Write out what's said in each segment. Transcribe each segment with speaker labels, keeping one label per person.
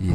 Speaker 1: 以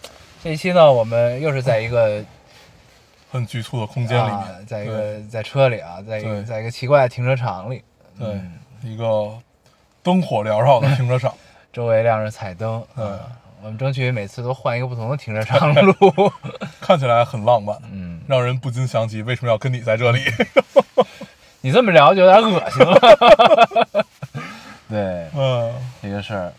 Speaker 1: 这一期呢，我们又是在一 个
Speaker 2: 很局促的空间里面，
Speaker 1: 啊，在一
Speaker 2: 对
Speaker 1: 个在车里啊，在一个
Speaker 2: 对
Speaker 1: 在一个奇嗯怪的停车场里，
Speaker 2: 对、一个灯火缭绕的停 车场。
Speaker 1: 周围亮着彩灯，
Speaker 2: 嗯，
Speaker 1: 我们争取每次都换一个不同的停车场 录，
Speaker 2: 看起来很浪漫，
Speaker 1: 嗯，
Speaker 2: 让人不禁想起为什么要跟你在这里。
Speaker 1: 你这么聊就有点恶心了， 对
Speaker 2: 嗯，
Speaker 1: 这个事儿，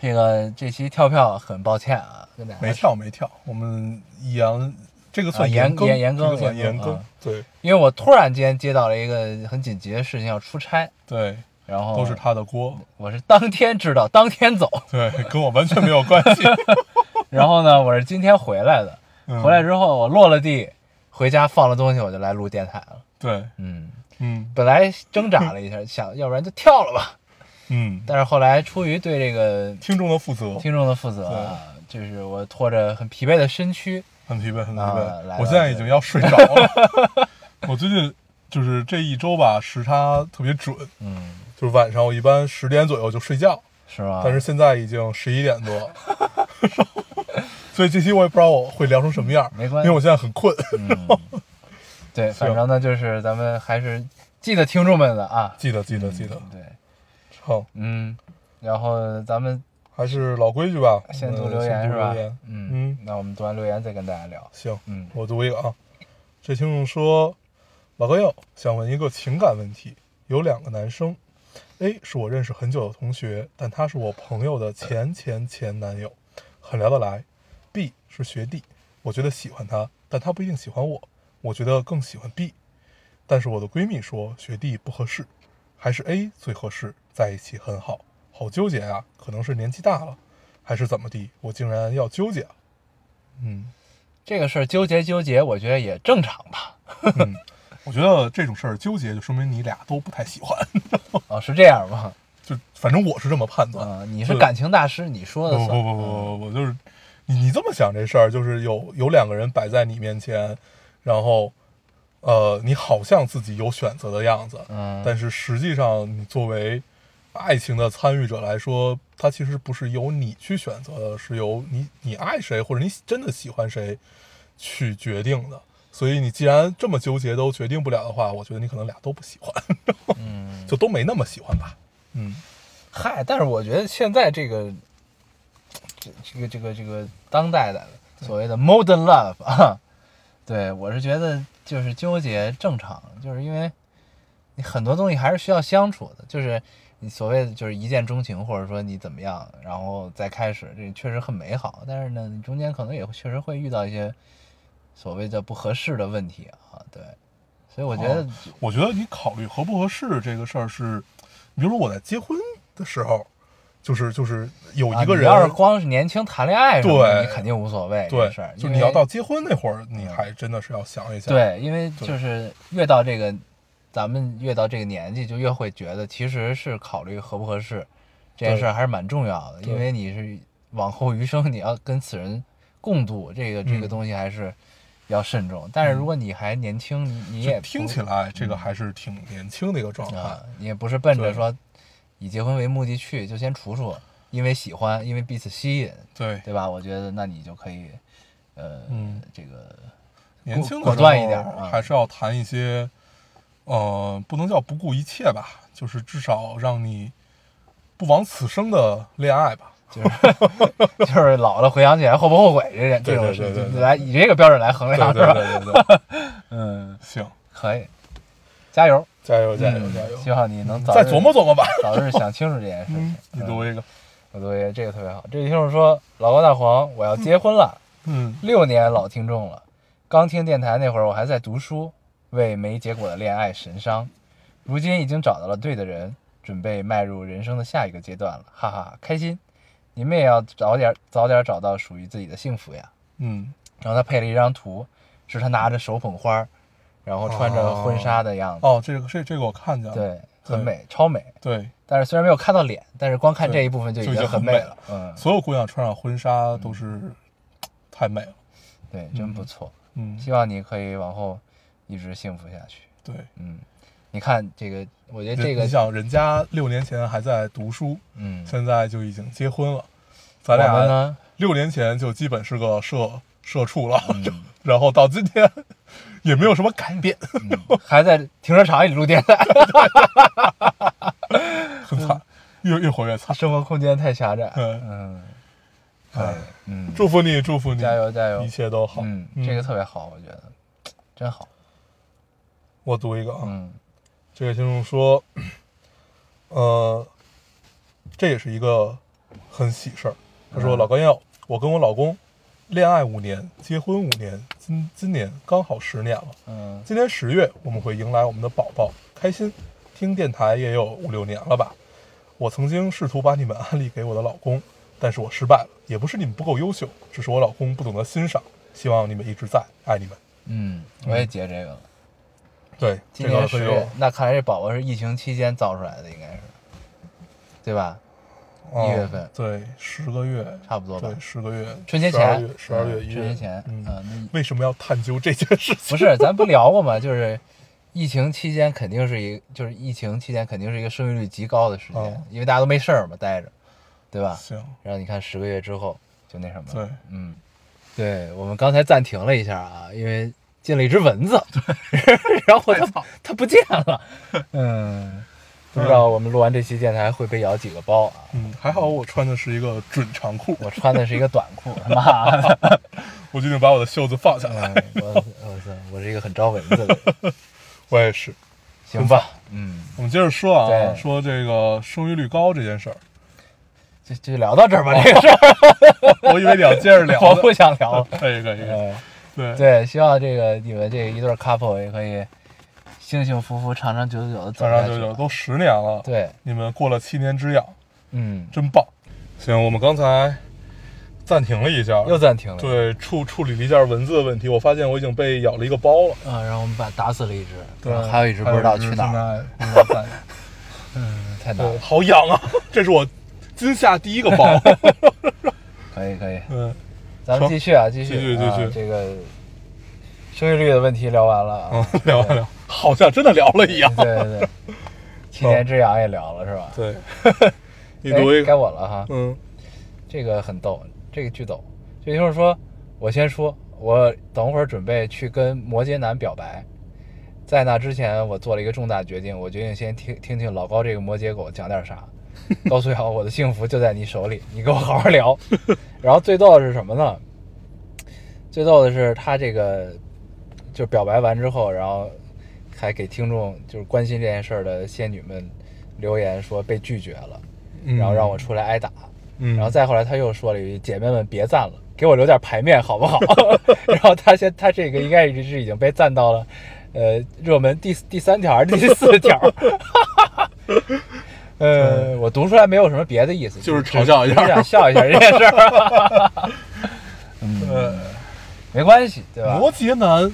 Speaker 1: 这个这期跳票很抱歉啊，跟大家
Speaker 2: 没跳没跳，我们延这个
Speaker 1: 啊
Speaker 2: 算
Speaker 1: 延
Speaker 2: 更，
Speaker 1: 延延更
Speaker 2: 这个算
Speaker 1: 延
Speaker 2: 延
Speaker 1: 更
Speaker 2: 更
Speaker 1: 啊。
Speaker 2: 对
Speaker 1: 因为我突然间接到了一个很紧急的事情要出差，
Speaker 2: 对，
Speaker 1: 然后
Speaker 2: 都是，他的锅。
Speaker 1: 我是当天知道，当天走，
Speaker 2: 对，跟我完全没有关 系。
Speaker 1: 然后呢，我是今天回来的，
Speaker 2: 嗯
Speaker 1: 回来之后我落了地，回家放了东西，我就来录电台了。
Speaker 2: 对，
Speaker 1: 嗯，
Speaker 2: 嗯
Speaker 1: 本来挣扎了一下，想要不然就跳了吧，
Speaker 2: 嗯，
Speaker 1: 但是后来出于对这个
Speaker 2: 听众的负责，
Speaker 1: 听众的负责啊，就是我拖着很疲惫的身躯，
Speaker 2: 很疲惫，很疲
Speaker 1: 啊来
Speaker 2: 惫。
Speaker 1: 了
Speaker 2: 我现在已经要睡着了。 我最近就是这一周吧，时差特别准，
Speaker 1: 嗯，
Speaker 2: 就是晚上我一般十点左右就睡觉，
Speaker 1: 是吗？
Speaker 2: 但是现在已经十一点多 了，所以这期我也不知道我会聊成什么样，
Speaker 1: 没关系
Speaker 2: 因为我现在很困。
Speaker 1: 嗯，对，反正呢，就是咱们还是记得听众们的啊，
Speaker 2: 记得记得记得
Speaker 1: 嗯，对，
Speaker 2: 好，
Speaker 1: 嗯，然后咱们
Speaker 2: 还是老规矩吧，
Speaker 1: 先
Speaker 2: 我
Speaker 1: 读
Speaker 2: 们
Speaker 1: 留言
Speaker 2: 先
Speaker 1: 是
Speaker 2: 读
Speaker 1: 吧
Speaker 2: 留言？
Speaker 1: 嗯
Speaker 2: 嗯，
Speaker 1: 那我们读完留言再跟大家聊。
Speaker 2: 行，
Speaker 1: 嗯
Speaker 2: 我读一个啊，这听众说，老高友想问一个情感问题，有两个男生，A 是我认识很久的同学，但他是我朋友的前前前男友，很聊得来；B 是学弟，我觉得喜欢他，但他不一定喜欢我，我觉得更喜欢 B，但是我的闺蜜说学弟不合适，还是 A 最合适，在一起很好，好纠结啊，可能是年纪大了，还是怎么地，我竟然要纠结了，嗯。
Speaker 1: 这个事儿纠结纠结，我觉得也正常吧。
Speaker 2: 嗯，我觉得这种事儿纠结，就说明你俩都不太喜欢。
Speaker 1: 哦，是这样吗？
Speaker 2: 就反正我是这么判断。
Speaker 1: 啊，你是
Speaker 2: 就
Speaker 1: 感情大师，你说
Speaker 2: 不
Speaker 1: 的
Speaker 2: 不
Speaker 1: 算。
Speaker 2: 不不不不，我就是你你这么想这事儿，就是有有两个人摆在你面前，然后呃，你好像自己有选择的样子，
Speaker 1: 嗯，
Speaker 2: 但是实际上你作为爱情的参与者来说，它其实不是由你去选择的，是由你你爱谁或者你真的喜欢谁去决定的。所以你既然这么纠结都决定不了的话，我觉得你可能俩都不喜欢。
Speaker 1: 嗯，
Speaker 2: 就都没那么喜欢吧。嗯，
Speaker 1: 嗨，但是我觉得现在这个，这这个这个这个当代的所谓的 modern love 啊，对我是觉得就是纠结正常，就是因为你很多东西还是需要相处的，就是你所谓的就是一见钟情，或者说你怎么样，然后再开始，这确实很美好，但是呢，你中间可能也会确实会遇到一些所谓的不合适的问题啊，对，所以我觉得、
Speaker 2: 哦我觉得你考虑合不合适这个事儿是，比如说我在结婚的时候，就是就是有
Speaker 1: 啊
Speaker 2: 一个
Speaker 1: 你
Speaker 2: 人，
Speaker 1: 要是光是年轻谈恋爱什么的，
Speaker 2: 对
Speaker 1: 你肯定无所谓这
Speaker 2: 对
Speaker 1: 事儿，，
Speaker 2: 就
Speaker 1: 因
Speaker 2: 你
Speaker 1: 为
Speaker 2: 要到结婚那会儿，你还真的是要想一想。，
Speaker 1: 对，因为
Speaker 2: 对
Speaker 1: 就是越到这个，咱们越到这个年纪，就越会觉得其实是考虑合不合适这件事儿还是蛮重要的，因
Speaker 2: 对
Speaker 1: 为你是往后余生你要跟此人共度这个这个
Speaker 2: 嗯
Speaker 1: 东西还是要慎重。但是如果你还年轻，你你也
Speaker 2: 就听
Speaker 1: 不
Speaker 2: 起来这个还是挺年轻的一个状态。
Speaker 1: 啊，你也不是奔着
Speaker 2: 对
Speaker 1: 说以结婚为目的去，就先处处，因为喜欢，因为彼此吸引，
Speaker 2: 对，
Speaker 1: 对吧？我觉得那你就可以，呃，
Speaker 2: 嗯
Speaker 1: 这个
Speaker 2: 年轻的
Speaker 1: 果
Speaker 2: 时候
Speaker 1: 断一点儿啊
Speaker 2: 还是要谈一些，呃，不能叫不顾一切吧，就是至少让你不枉此生的恋爱吧。
Speaker 1: 就是就是 老了回想起来后不后悔这件这
Speaker 2: 对
Speaker 1: 种
Speaker 2: 对
Speaker 1: 事
Speaker 2: 对对
Speaker 1: 情，
Speaker 2: 对
Speaker 1: 来以这个标准来衡
Speaker 2: 对
Speaker 1: 量
Speaker 2: 对
Speaker 1: 是吧？
Speaker 2: 对对对，
Speaker 1: 嗯，
Speaker 2: 行，
Speaker 1: 可以，加油，
Speaker 2: 加油加油
Speaker 1: 嗯
Speaker 2: 加油！
Speaker 1: 希望你能早
Speaker 2: 再
Speaker 1: 日
Speaker 2: 琢磨琢磨吧。
Speaker 1: 早日想清楚这件事情
Speaker 2: 嗯。，你读一个。
Speaker 1: 我作为这个特别好，这个听众说：“老高大黄，我要结婚了，
Speaker 2: 嗯
Speaker 1: 六年老听众了。刚听电台那会儿，我还在读书，为没结果的恋爱神伤。如今已经找到了对的人，准备迈入人生的下一个阶段了，哈哈，开心！你们也要早点早点找到属于自己的幸福呀。”
Speaker 2: 嗯，
Speaker 1: 然后他配了一张图，是他拿着手捧花儿，然后穿着婚纱的样子，
Speaker 2: 哦，这个这这个我看见
Speaker 1: 嗯
Speaker 2: 了，
Speaker 1: 对，很
Speaker 2: 哦对
Speaker 1: 美，超美。
Speaker 2: 对，
Speaker 1: 但是虽然没有看到脸，但是光看这
Speaker 2: 对
Speaker 1: 一部分就已
Speaker 2: 就已经
Speaker 1: 很
Speaker 2: 很美
Speaker 1: 了。嗯，
Speaker 2: 所有姑娘穿上婚纱都是太美了，
Speaker 1: 对，真不
Speaker 2: 嗯
Speaker 1: 错。
Speaker 2: 嗯，
Speaker 1: 希望你可以往后一直幸福下去。
Speaker 2: 对，
Speaker 1: 嗯，你看这个，我觉得
Speaker 2: 人
Speaker 1: 哎这个
Speaker 2: 你，想人家六年前还在读书，
Speaker 1: 嗯，
Speaker 2: 现在就已经结婚了，
Speaker 1: 我
Speaker 2: 咱
Speaker 1: 们
Speaker 2: 俩
Speaker 1: 呢，
Speaker 2: 六年前就基本是个社社畜了，
Speaker 1: 嗯
Speaker 2: 然后到今天也没有什么改变，
Speaker 1: 嗯还在停车场里录电台，
Speaker 2: 很
Speaker 1: 嗯
Speaker 2: 惨，越越活越惨。
Speaker 1: 生活空间太狭窄。
Speaker 2: 嗯
Speaker 1: 嗯，
Speaker 2: 哎，
Speaker 1: 嗯，
Speaker 2: 祝福你，祝福你，
Speaker 1: 加油加油
Speaker 2: 一！切都好。
Speaker 1: 嗯，这个特别好，我觉得真好。
Speaker 2: 我读一个啊，
Speaker 1: 嗯
Speaker 2: 这个听众说， 呃，这也是一个很喜事儿。他说：“
Speaker 1: 嗯
Speaker 2: 老高要，我跟我老公恋爱五年，结婚五年，今今年刚好十年了。
Speaker 1: 嗯
Speaker 2: 今年十月我们会迎来我们的宝宝，开心。听电台也有五六年了吧？我曾经试图把你们安利给我的老公，但是我失败了。也不是你们不够优秀，只是我老公不懂得欣赏。希望你们一直在，爱你们。
Speaker 1: 嗯，我也截这个了。
Speaker 2: 对，
Speaker 1: 今
Speaker 2: 嗯这个
Speaker 1: 年
Speaker 2: 很
Speaker 1: 十
Speaker 2: 有
Speaker 1: 月，，那看来这宝宝是疫情期间造出来的，应该是，对吧？
Speaker 2: 哦
Speaker 1: 一月份
Speaker 2: 对，十个月，
Speaker 1: 差不多吧
Speaker 2: 对，。十个月，
Speaker 1: 春节
Speaker 2: 十二
Speaker 1: 前
Speaker 2: 月，，十二月
Speaker 1: 嗯
Speaker 2: 一
Speaker 1: 春
Speaker 2: 月
Speaker 1: 节前，嗯，
Speaker 2: 嗯，
Speaker 1: 那
Speaker 2: 为什么要探究这件事情？
Speaker 1: 不是，咱不聊过吗？就是疫情期间肯定是一个，就是疫情期间肯定是一个生育率极高的时间，
Speaker 2: 哦
Speaker 1: 因为大家都没事儿嘛，待着，对吧？
Speaker 2: 行，
Speaker 1: 然后你看十个月之后就那什么了，
Speaker 2: 对，
Speaker 1: 嗯，对我们刚才暂停了一下啊，因为进了一只蚊子， 然后它它不见了，嗯，不知道我们录完这期电台会被咬几个包啊。
Speaker 2: 嗯，还好我穿的是一个准长裤，
Speaker 1: 我穿的是一个短 裤，他妈的！
Speaker 2: 我决定把我的袖子放下来。
Speaker 1: 嗯我我操，我是一个很招蚊子的人，
Speaker 2: 我也是。
Speaker 1: 行吧？嗯，
Speaker 2: 我们接着说啊，
Speaker 1: 对
Speaker 2: 说这个生育率高这件事儿，
Speaker 1: 就就聊到这儿吧，这个事儿。
Speaker 2: 我以为你要接着聊
Speaker 1: 我
Speaker 2: 呢。啊
Speaker 1: 不想聊 了。
Speaker 2: 可以可以，可以对
Speaker 1: 呃对，希望这个你们这一对 couple 也可以幸幸福福、长长久久的走
Speaker 2: 三
Speaker 1: 下
Speaker 2: 三
Speaker 1: 去。
Speaker 2: 九九都十年了，
Speaker 1: 对，
Speaker 2: 你们过了七年之痒，
Speaker 1: 嗯，
Speaker 2: 真棒。行，我们刚才暂停了一下，
Speaker 1: 又暂停了。，
Speaker 2: 对处处理了一下文字的问题，我发现我已经被咬了一个包了。
Speaker 1: 啊，然后我们把打死了一只，
Speaker 2: 对
Speaker 1: 然后还有一只不知道去哪儿，
Speaker 2: 儿。现在不知道在哪儿
Speaker 1: 嗯 太难
Speaker 2: 对，
Speaker 1: 了。
Speaker 2: 好痒啊！这是我今夏第一个包。
Speaker 1: 可以可以，
Speaker 2: 嗯，
Speaker 1: 咱们继续啊，继续
Speaker 2: 继续
Speaker 1: 啊
Speaker 2: 继续
Speaker 1: 这个生育率的问题聊完了
Speaker 2: 嗯
Speaker 1: 啊，
Speaker 2: 聊了聊，好像真的聊了一样。
Speaker 1: 对对对， 七年之痒也聊了是吧？
Speaker 2: 对， 你
Speaker 1: 哎
Speaker 2: 读一
Speaker 1: 该
Speaker 2: 个。
Speaker 1: 我了哈。
Speaker 2: 嗯，
Speaker 1: 这个很逗，这个巨逗。这就是说，我先说，我等会儿准备去跟摩羯男表白。在那之前，我做了一个重大决定，我决定先听听听老高这个摩羯狗讲点啥。高苏瑶，我的幸福就在你手里， 你跟我好好聊。然后最逗的是什么呢？最逗的是他这个就表白完之后，然后还给听众就是关心这件事儿的仙女们留言说被拒绝了，
Speaker 2: 嗯
Speaker 1: 然后让我，出来挨打。
Speaker 2: 嗯，
Speaker 1: 然后再后来他又说了一句：“姐妹们别赞了，给我留点牌面好不 好？”然后他现他这个应该是已经被赞到了，呃，热门第第三条儿、第四条 儿。呃，我读出来没有什么别的意思，
Speaker 2: 嗯就是
Speaker 1: 只
Speaker 2: 嘲笑一下
Speaker 1: 只是想笑一下这件事儿。 嗯
Speaker 2: 呃，
Speaker 1: 没关系，对吧？
Speaker 2: 摩羯男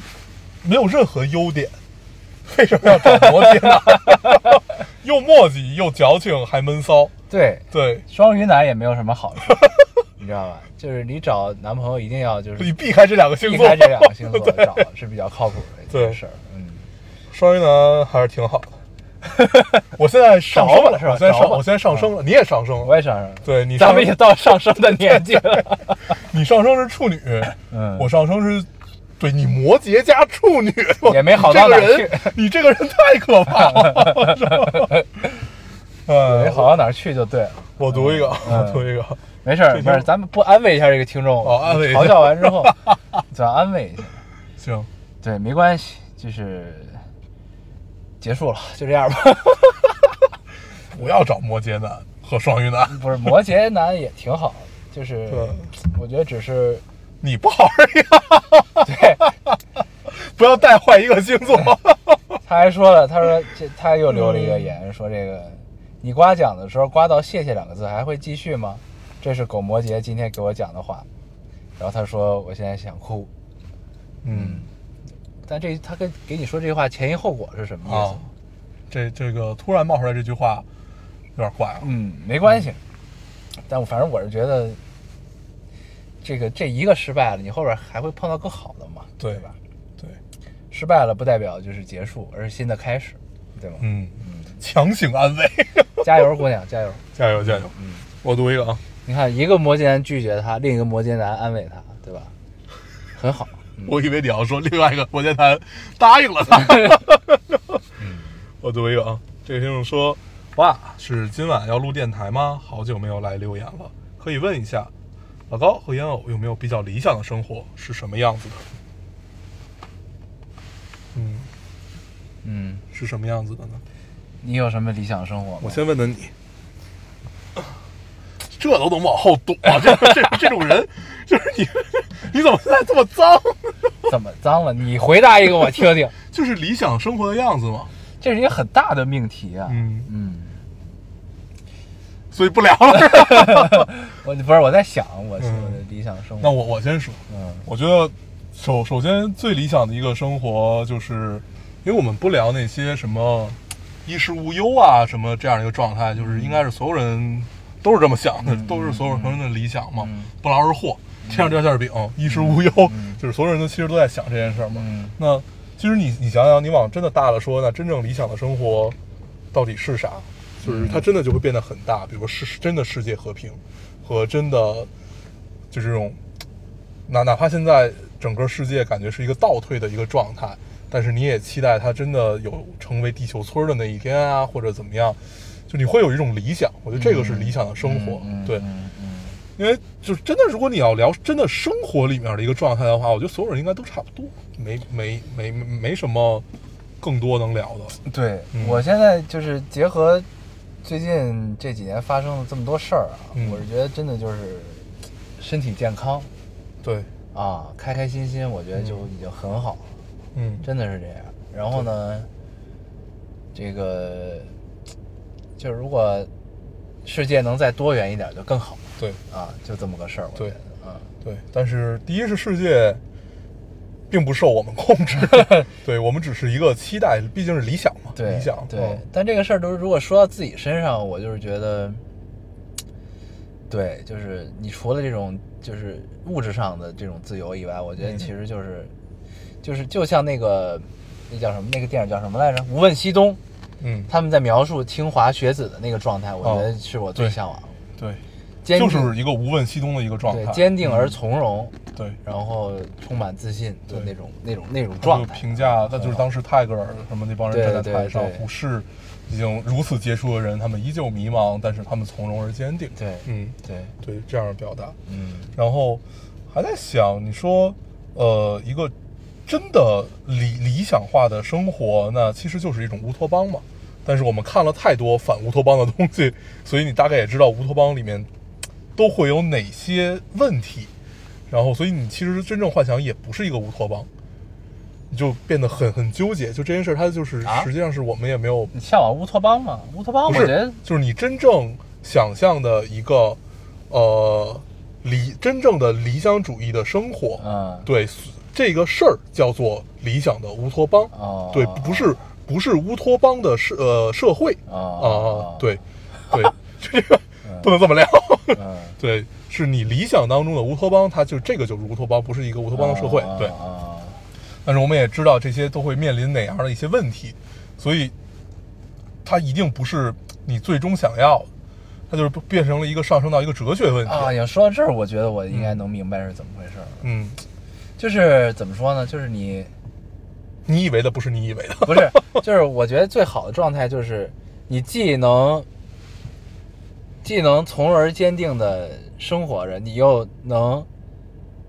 Speaker 2: 没有任何优点， 为什么要找摩羯男？ 又墨迹又矫情还闷骚，
Speaker 1: 对，
Speaker 2: 对
Speaker 1: 双鱼男也没有什么好处， 你知道吧？就是你找男朋友一定要就是
Speaker 2: 你避开这两个星
Speaker 1: 避
Speaker 2: 座
Speaker 1: 开，这两个星 座找是比较靠谱的一
Speaker 2: 对
Speaker 1: 件事儿。嗯，
Speaker 2: 双鱼男还是挺好的。 我现在上升
Speaker 1: 着吧是吧
Speaker 2: 我现在
Speaker 1: 着
Speaker 2: 上，
Speaker 1: 吧
Speaker 2: 我现在上升了，你也上升
Speaker 1: 嗯我
Speaker 2: 了，
Speaker 1: 也想，
Speaker 2: 对你
Speaker 1: 咱
Speaker 2: 上
Speaker 1: 们也到上升的年纪 了。
Speaker 2: 你上升是处女，
Speaker 1: 嗯
Speaker 2: 我上升是，对你摩羯加处女，
Speaker 1: 也没好到哪儿
Speaker 2: 你这个人 你这个人太可怕了，是 吧
Speaker 1: 没
Speaker 2: 哎，
Speaker 1: 好，到哪儿去就对了。
Speaker 2: 我读一个，
Speaker 1: 嗯
Speaker 2: 我读一个，
Speaker 1: 没事儿，
Speaker 2: 这
Speaker 1: 没事
Speaker 2: 就
Speaker 1: 儿，咱们不安慰一下这个听众吗，
Speaker 2: 哦安慰一下
Speaker 1: 嘲笑完之后， 就要安慰一下。
Speaker 2: 行，
Speaker 1: 对，没关系，就是结束了，就这样吧。
Speaker 2: 不要找摩羯男和双鱼男，
Speaker 1: 不是摩羯男也挺好，就是
Speaker 2: 对
Speaker 1: 我觉得只是
Speaker 2: 你不好而已，
Speaker 1: 对，
Speaker 2: 不要带坏一个星座。
Speaker 1: 他还说了，他说这他又留了一个言，说这个你刮奖的时候刮到“谢谢”两个字，还会继续吗？这是狗摩羯今天给我讲的话。然后他说我现在想哭，
Speaker 2: 嗯
Speaker 1: 但这他跟给你说这句话前因后果是什么意
Speaker 2: 啊
Speaker 1: 思？，
Speaker 2: 这这个突然冒出来这句话，有点怪啊。
Speaker 1: 嗯，没关系。但我反正我是觉得，这个这一个失败了，你后边还会碰到更好的嘛，
Speaker 2: 对
Speaker 1: 吧？
Speaker 2: 对，
Speaker 1: 失败了不代表就是结束，而是新的开始，对吗？
Speaker 2: 嗯，强行安慰，
Speaker 1: 加油，姑娘，加油！
Speaker 2: 加油加油！
Speaker 1: 嗯，
Speaker 2: 我读一个啊，
Speaker 1: 你看，一个摩羯男拒绝他，另一个摩羯男安慰他，对吧？很好。嗯
Speaker 2: 我以为你要说另外一个摩羯男答应了 他。我读一个啊，这个听众说：“哇，是今晚要录电台吗？好久没有来留言了，可以问一下，老高和烟偶有没有比较理想的生活是什么样子的？嗯，
Speaker 1: 嗯，
Speaker 2: 是什么样子的呢？
Speaker 1: 你有什么理想生活吗？
Speaker 2: 我先问问你， 这都能往后躲，啊这这这种人，就是你， 你怎么现在这么脏？
Speaker 1: 怎么脏了？你回答一个我听听。
Speaker 2: 就是理想生活的样子嘛。
Speaker 1: 这是一个很大的命题啊。
Speaker 2: 嗯，
Speaker 1: 嗯，
Speaker 2: 所以不聊了。
Speaker 1: 我不是我在想我是
Speaker 2: 嗯
Speaker 1: 我的理想生
Speaker 2: 那
Speaker 1: 活。
Speaker 2: 我我先说，
Speaker 1: 嗯
Speaker 2: 我觉得首首先最理想的一个生活，就是因为我们不聊那些什么衣食无忧啊，什么这样一个状态，就是应该是所有人都是这么想的，
Speaker 1: 嗯
Speaker 2: 都是所有人的理想嘛，
Speaker 1: 嗯
Speaker 2: 不劳而获，天上掉馅儿饼，衣食无忧，
Speaker 1: 嗯
Speaker 2: 就是所有人都其实都在想这件事儿嘛。
Speaker 1: 嗯
Speaker 2: 那其实你你想想，你往真的大了说，那真正理想的生活到底是啥？就是它真的就会变得很大，比如说是真的世界和平和真的就这种，哪哪怕现在整个世界感觉是一个倒退的一个状态，但是你也期待它真的有成为地球村的那一天啊，或者怎么样，就你会有一种理想。我觉得这个是理想的生活，
Speaker 1: 嗯
Speaker 2: 对。
Speaker 1: 嗯嗯
Speaker 2: 因为就是真的，如果你要聊真的生活里面的一个状态的话，我觉得所有人应该都差不多，没没没没没什么更多能聊的。
Speaker 1: 嗯对
Speaker 2: 嗯
Speaker 1: 我现在就是结合最近这几年发生的这么多事儿啊，
Speaker 2: 嗯
Speaker 1: 我是觉得真的就是身体健康
Speaker 2: 对，
Speaker 1: 啊，开开心心，我觉得就已经很好了。
Speaker 2: 嗯，
Speaker 1: 真的是这样。然后呢，这个就如果世界能再多元一点就更好
Speaker 2: 对
Speaker 1: 啊，就这么个事儿。我
Speaker 2: 对
Speaker 1: 觉得啊，
Speaker 2: 对。但是第一是世界并不受我们控 制，对我们只是一个期待，毕竟是理想嘛，
Speaker 1: 对
Speaker 2: 理想。
Speaker 1: 对。
Speaker 2: 嗯
Speaker 1: 但这个事儿都是如果说到自己身上，我就是觉得，对，就是你除了这种就是物质上的这种自由以外，我觉得
Speaker 2: 嗯
Speaker 1: 其实就是、就是就像那个那叫什么那个电影叫什么来着，《无问西东》。
Speaker 2: 嗯，
Speaker 1: 他们在描述清华学子的那个状态，我觉
Speaker 2: 哦
Speaker 1: 得是我最
Speaker 2: 对
Speaker 1: 向往的。
Speaker 2: 对，
Speaker 1: 坚定
Speaker 2: 就是一个无问西东的一个状
Speaker 1: 对
Speaker 2: 态，
Speaker 1: 坚定而从容，
Speaker 2: 对。
Speaker 1: 然后充满自信的
Speaker 2: 对
Speaker 1: 那种那种那种
Speaker 2: 他
Speaker 1: 状
Speaker 2: 就
Speaker 1: 态。
Speaker 2: 评价，那
Speaker 1: 很
Speaker 2: 就是
Speaker 1: 好
Speaker 2: 当时泰戈尔什么那帮人
Speaker 1: 对
Speaker 2: 站在
Speaker 1: 对
Speaker 2: 台上，
Speaker 1: 对
Speaker 2: 虎视已经如此杰出的人，他们依旧迷茫，但是他们从容而坚定。
Speaker 1: 对
Speaker 2: 嗯，
Speaker 1: 对，
Speaker 2: 对，这样的表达。
Speaker 1: 嗯
Speaker 2: 然后还在想，你说，呃，一个真的理理想化的生活，那其实就是一种乌托邦嘛。但是我们看了太多反乌托邦的东西，所以你大概也知道乌托邦里面都会有哪些问题。然后，所以你其实真正幻想也不是一个乌托邦，你就变得很很纠结。就这件事，它就是
Speaker 1: 啊
Speaker 2: 实际上是我们也没有
Speaker 1: 你向往乌托邦吗？乌托邦，我
Speaker 2: 不
Speaker 1: 觉得
Speaker 2: 是，就是你真正想象的一个呃理真正的理想主义的生活，
Speaker 1: 嗯，
Speaker 2: 对这个事儿叫做理想的乌托邦，
Speaker 1: 哦，
Speaker 2: 对，不是不是乌托邦的社呃社会啊、
Speaker 1: 哦，
Speaker 2: 对对，这个不能这么聊，
Speaker 1: 嗯，
Speaker 2: 对，是你理想当中的乌托邦，它就这个就是乌托邦，不是一个乌托邦的社会，对。
Speaker 1: 啊，
Speaker 2: 但是我们也知道这些都会面临哪样的一些问题，所以它一定不是你最终想要的，它就是变成了一个上升到一个哲学问题。
Speaker 1: 啊，要说到这儿，我觉得我应该能明白是怎么回事儿。
Speaker 2: 嗯，
Speaker 1: 就是怎么说呢？就是你
Speaker 2: 你以为的不是你以为的，
Speaker 1: 不是，就是我觉得最好的状态就是你既能既能从容而坚定的生活着，你又能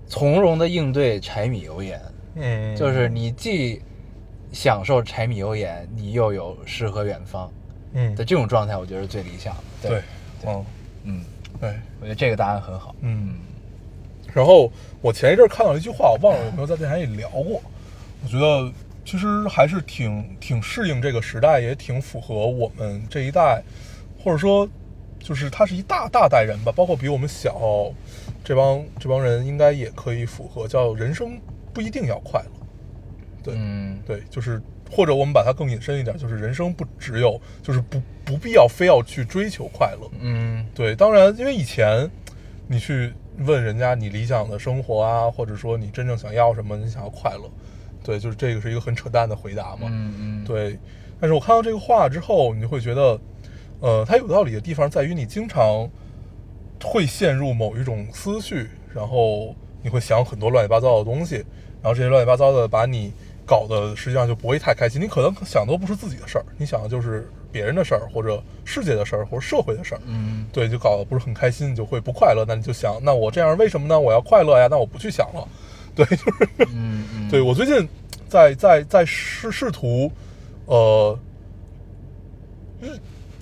Speaker 1: 从容的应对柴米油盐，
Speaker 2: 嗯，
Speaker 1: 就是，你既享受柴米油盐，你又有诗和远方
Speaker 2: 嗯，
Speaker 1: 的这种状态，我觉得是最理想的。
Speaker 2: 对，嗯，
Speaker 1: 嗯，
Speaker 2: 对，
Speaker 1: 我觉得这个答案很好。
Speaker 2: 嗯。然后我前一阵儿看到一句话，我忘了有没有在电台里聊过。我觉得其实还是挺挺适应这个时代，也挺符合我们这一代，或者说就是他是一大大代人吧，包括比我们小这帮这帮人，应该也可以符合叫人生不一定要快乐。对，
Speaker 1: 嗯，
Speaker 2: 对，就是或者我们把它更引申一点，就是人生不只有，就是不不必要非要去追求快乐。
Speaker 1: 嗯，
Speaker 2: 对，当然，因为以前你去问人家你理想的生活啊，或者说你真正想要什么，你想要快乐，对，就是这个是一个很扯淡的回答嘛。
Speaker 1: 嗯嗯，，
Speaker 2: 对，但是我看到这个话之后，你就会觉得，呃，它有道理的地方在于你经常会陷入某一种思绪，然后你会想很多乱七八糟的东西，然后这些乱七八糟的把你搞得实际上就不会太开心。你可能想的都不是自己的事儿，你想的就是别人的事儿，或者世界的事儿，或者社会的事儿。
Speaker 1: 嗯
Speaker 2: 对，就搞得不是很开心，你就会不快乐。那你就想，那我这样为什么呢？我要快乐呀，那我不去想了。对，就是
Speaker 1: 嗯嗯，
Speaker 2: 对，我最近在在在试试图，呃，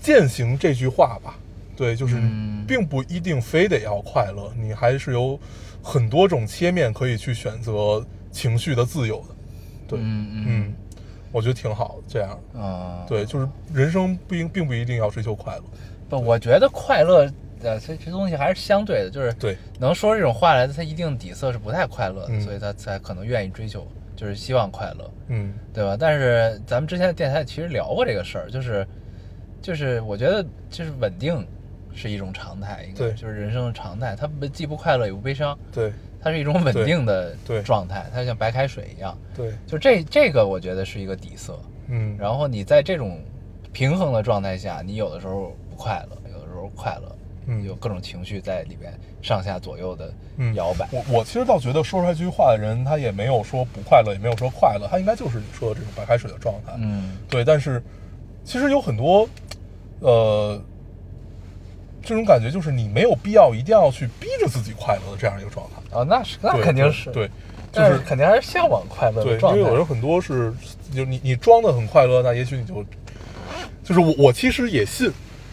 Speaker 2: 践行这句话吧。对，就是
Speaker 1: 嗯
Speaker 2: 并不一定非得要快乐，你还是有很多种切面可以去选择情绪的自由的。对，
Speaker 1: 嗯
Speaker 2: 嗯，我觉得挺好，这样
Speaker 1: 嗯啊，
Speaker 2: 对，就是人生并并不一定要追求快乐。
Speaker 1: 不，我觉得快乐，呃，这这东西还是相对的，就是
Speaker 2: 对，
Speaker 1: 能说这种话来的，他一定底色是不太快乐的，
Speaker 2: 嗯
Speaker 1: 所以他才可能愿意追求，就是希望快乐，
Speaker 2: 嗯
Speaker 1: 对吧？但是咱们之前的电台其实聊过这个事儿，就是就是我觉得就是稳定是一种常态，应该
Speaker 2: 对
Speaker 1: 就是人生的常态，它不既不快乐也不悲伤，
Speaker 2: 对
Speaker 1: 它是一种稳
Speaker 2: 对
Speaker 1: 定的
Speaker 2: 对
Speaker 1: 状态，它就像白开水一样。
Speaker 2: 对，
Speaker 1: 就这这个，我觉得是一个底色。
Speaker 2: 嗯，
Speaker 1: 然后你在这种平衡的状态下，你有的时候不快乐，有的时候快乐，
Speaker 2: 嗯
Speaker 1: 有各种情绪在里边上下左右的
Speaker 2: 嗯
Speaker 1: 摇摆。
Speaker 2: 我我其实倒觉得说出来这句话的人，他也没有说不快乐，也没有说快乐，他应该就是你说的这种白开水的状态。
Speaker 1: 嗯
Speaker 2: 对，但是其实有很多，呃，这种感觉就是你没有必要一定要去逼着自己快乐的这样一个状态。
Speaker 1: 哦，那是那
Speaker 2: 对
Speaker 1: 肯定
Speaker 2: 对
Speaker 1: 是，
Speaker 2: 对，就
Speaker 1: 但
Speaker 2: 是
Speaker 1: 是肯定还是向往快乐
Speaker 2: 对，
Speaker 1: 的状
Speaker 2: 因为有人
Speaker 1: 态。
Speaker 2: 很多是，就你你装的很快乐，那也许你就，就是我我其实也信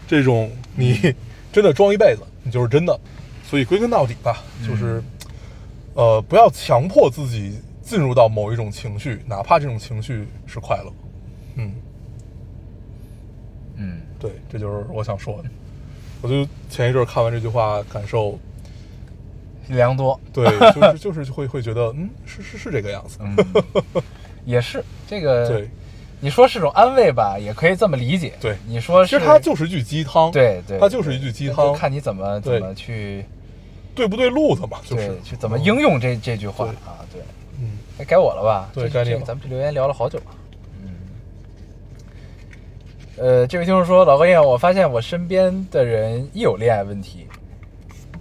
Speaker 2: 这种
Speaker 1: 嗯
Speaker 2: 你 真的装一辈子，你就是真的。所以归根到底吧，
Speaker 1: 嗯
Speaker 2: 就是，呃，不要强迫自己进入到某一种情绪，哪怕这种情绪是快乐。嗯，
Speaker 1: 嗯
Speaker 2: 对，这就是我想说的。我就前一阵儿看完这句话，感受
Speaker 1: 良 多，
Speaker 2: 对，就 是就是会会觉得，嗯，是是是这个样子。
Speaker 1: 嗯，也是这个。
Speaker 2: 对，
Speaker 1: 你说是种安慰吧，也可以这么理解。
Speaker 2: 对
Speaker 1: 你说
Speaker 2: 其实
Speaker 1: 是
Speaker 2: 它就是句鸡汤。
Speaker 1: 对对，
Speaker 2: 它就是一句鸡
Speaker 1: 对
Speaker 2: 汤
Speaker 1: 就看你怎么
Speaker 2: 对
Speaker 1: 怎么去
Speaker 2: 对不对路子嘛，就是嗯
Speaker 1: 对去怎么应用这这句话
Speaker 2: 对
Speaker 1: 啊，对。
Speaker 2: 嗯，
Speaker 1: 哎，该我了吧？
Speaker 2: 对
Speaker 1: 这
Speaker 2: 该你
Speaker 1: 这
Speaker 2: 了
Speaker 1: 咱们这留言聊了好久了。嗯。呃，这位听众说，老高燕，我发现我身边的人一有恋爱问题，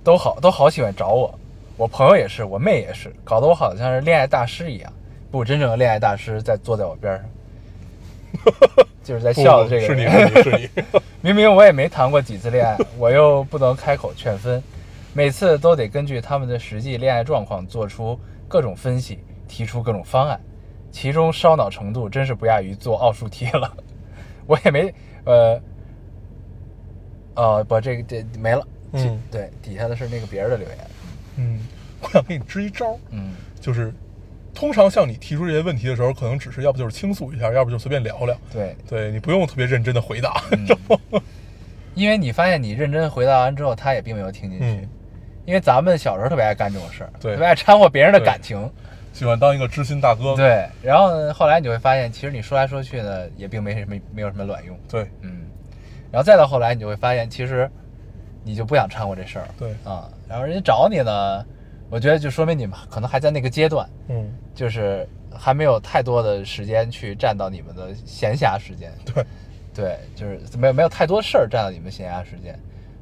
Speaker 1: 都好都好喜欢找我。我朋友也是，我妹也是，搞得我好像是恋爱大师一样。不，真正的恋爱大师在坐在我边上， 就是在
Speaker 2: 不
Speaker 1: 笑的这个
Speaker 2: 是
Speaker 1: 人
Speaker 2: 你是你是你，
Speaker 1: 明明我也没谈过几次恋爱，我又不能开口劝分，每次都得根据他们的实际恋爱状况做出各种分析，提出各种方案，其中烧脑程度真是不亚于做奥数题了。 我也没呃，哦不，这个这没了。
Speaker 2: 嗯
Speaker 1: 对，底下的是那个别人的留言。
Speaker 2: 嗯，我想给你支一招，
Speaker 1: 嗯
Speaker 2: 就是通常向你提出这些问题的时候，可能只是要不就是倾诉一下，要不就随便聊聊，
Speaker 1: 对，
Speaker 2: 对你不用特别认真的回答，
Speaker 1: 嗯，因为你发现你认真回答完之后，他也并没有听进去。
Speaker 2: 嗯
Speaker 1: 因为咱们小时候特别爱干这种事儿，
Speaker 2: 对
Speaker 1: 特别爱掺和别人的
Speaker 2: 对
Speaker 1: 感情。
Speaker 2: 喜欢当一个知心大哥，
Speaker 1: 对，然后呢后来你就会发现，其实你说来说去呢，也并没什么没有什么卵用，
Speaker 2: 对
Speaker 1: 嗯，然后再到后来，你就会发现，其实你就不想掺和这事儿
Speaker 2: 对，
Speaker 1: 啊，然后人家找你呢，我觉得就说明你们可能还在那个阶段，
Speaker 2: 嗯，
Speaker 1: 就是还没有太多的时间去占到你们的闲暇时间，
Speaker 2: 对，
Speaker 1: 对，就是没有没有太多事儿占到你们闲暇时间，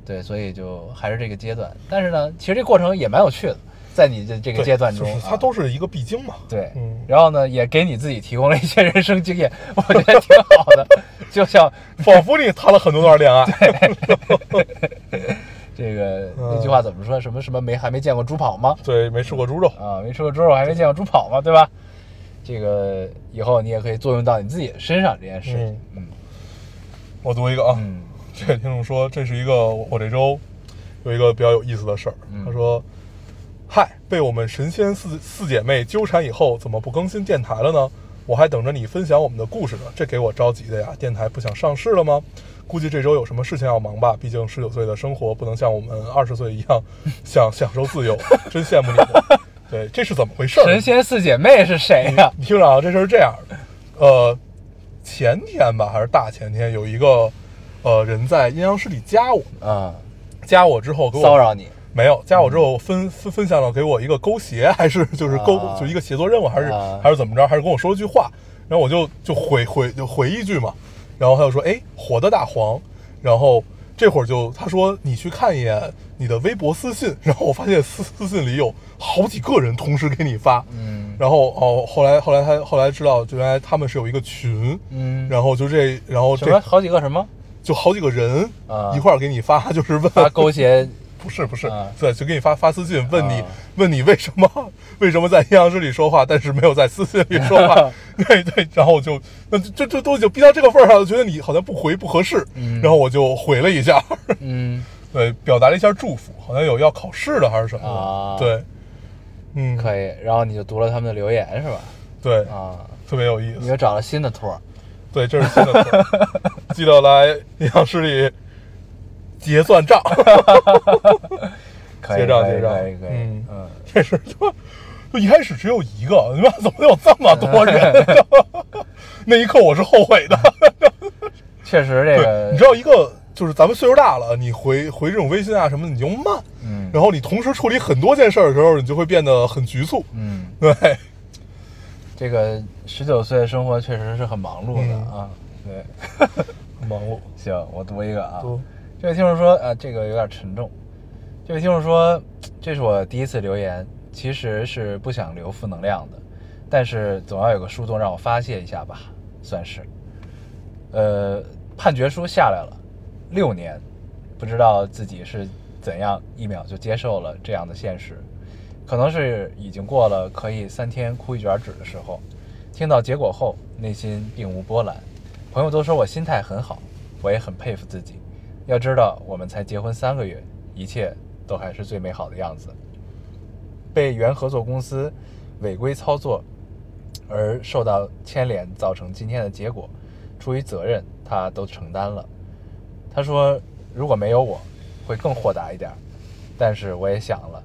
Speaker 1: 对，所以就还是这个阶段，但是呢，其实这过程也蛮有趣的，在你的这
Speaker 2: 这
Speaker 1: 个阶段中
Speaker 2: 就是
Speaker 1: 啊，
Speaker 2: 它都是一个必经嘛，
Speaker 1: 对，
Speaker 2: 嗯
Speaker 1: 然后呢，也给你自己提供了一些人生经验， 我觉得挺好的。 就像
Speaker 2: 仿佛你谈了很多 段恋爱，
Speaker 1: 这个
Speaker 2: 嗯
Speaker 1: 那句话怎么说？什么什么没还没见过猪跑吗？
Speaker 2: 对，没吃过猪肉，
Speaker 1: 啊，没吃过猪肉还没见过猪跑吗？对吧？这个以后你也可以作用到你自己身上这件事情。嗯
Speaker 2: 我读一个啊，
Speaker 1: 嗯
Speaker 2: 这位听众说，这是一个我我这周有一个比较有意思的事儿。
Speaker 1: 嗯
Speaker 2: 他说：“嗨，被我们神仙四四姐妹纠缠以后，怎么不更新电台了呢？我还等着你分享我们的故事呢，这给我着急的呀！电台不想上市了吗？估计这周有什么事情要忙吧，毕竟十九岁的生活不能像我们二十岁一样想享受自由，真羡慕你们。对，这是怎么回事儿？
Speaker 1: 神仙四姐妹是谁呀、
Speaker 2: 你听着啊，这事儿是这样的，呃，前天吧还是大前天，有一个呃人在阴阳师里加我，
Speaker 1: 啊？
Speaker 2: 加我之后给我
Speaker 1: 骚扰你嗯
Speaker 2: 没有，加我之后分分分享了给我一个勾鞋，还是就是勾、
Speaker 1: 啊
Speaker 2: 就一个协作任务，还是、
Speaker 1: 啊
Speaker 2: 还是怎么着，还是跟我说了句话，然后我就就回回就回一句嘛，然后他就说哎火的大黄，然后这会儿就他说你去看一眼你的微博私信，然后我发现私私信里有好几个人同时给你发，
Speaker 1: 嗯
Speaker 2: 然后哦后来后来他后来知道就原来他们是有一个群，
Speaker 1: 嗯，
Speaker 2: 然后就这然后
Speaker 1: 什么
Speaker 2: 这
Speaker 1: 好几个什 么
Speaker 2: 就好几个人
Speaker 1: 啊
Speaker 2: 一块儿给你发，就是问
Speaker 1: 发勾结
Speaker 2: 不是不是
Speaker 1: 啊，
Speaker 2: 对，就给你发发私信，问你、
Speaker 1: 啊
Speaker 2: 问你为什么为什么在阴阳师里说话，但是没有在私信里说话， 对对，然后我就那这这都已经逼到这个份儿上，了，觉得你好像不回不合适，
Speaker 1: 嗯
Speaker 2: 然后我就回了一下，
Speaker 1: 嗯
Speaker 2: 对，表达了一下祝福，好像有要考试的还是什么的，
Speaker 1: 啊
Speaker 2: 对，嗯，
Speaker 1: 可
Speaker 2: 以，
Speaker 1: 以，然后你就读了他们的留言是吧？
Speaker 2: 对，
Speaker 1: 啊，
Speaker 2: 特别有意
Speaker 1: 你
Speaker 2: 思，
Speaker 1: 又找了新的托儿，
Speaker 2: 对，这是新的词儿，记得来阴阳师里结算账。
Speaker 1: 可以
Speaker 2: 结账
Speaker 1: 可以
Speaker 2: 结账
Speaker 1: 可以可以，
Speaker 2: 嗯
Speaker 1: 嗯，
Speaker 2: 这事儿就就一开始只有一个，你妈怎么有这么多人？ 那一刻我是后悔的。
Speaker 1: 确实这
Speaker 2: 对，
Speaker 1: 个
Speaker 2: 你知道一个就是咱们岁数大了，你回回这种微信啊什么的，你就慢，
Speaker 1: 嗯
Speaker 2: 然后你同时处理很多件事儿的时候，你就会变得很局促。
Speaker 1: 嗯，
Speaker 2: 对，
Speaker 1: 这个十九岁的生活确实是很忙碌的
Speaker 2: 嗯
Speaker 1: 啊。对，
Speaker 2: 很忙碌。
Speaker 1: 行，我读一个啊。
Speaker 2: 读
Speaker 1: 这位听众说，啊，这个有点沉重。这位听众说，这是我第一次留言，其实是不想留负能量的，但是总要有个树洞让我发泄一下吧，算是。呃，判决书下来了，六年，不知道自己是怎样一秒就接受了这样的现实，可能是已经过了可以三天哭一卷纸的时候。听到结果后，内心并无波澜。朋友都说我心态很好，我也很佩服自己。要知道，我们才结婚三个月，一切都还是最美好的样子。被原合作公司违规操作而受到牵连，造成今天的结果，出于责任，他都承担了。他说，如果没有我，会更豁达一点儿。但是我也想了，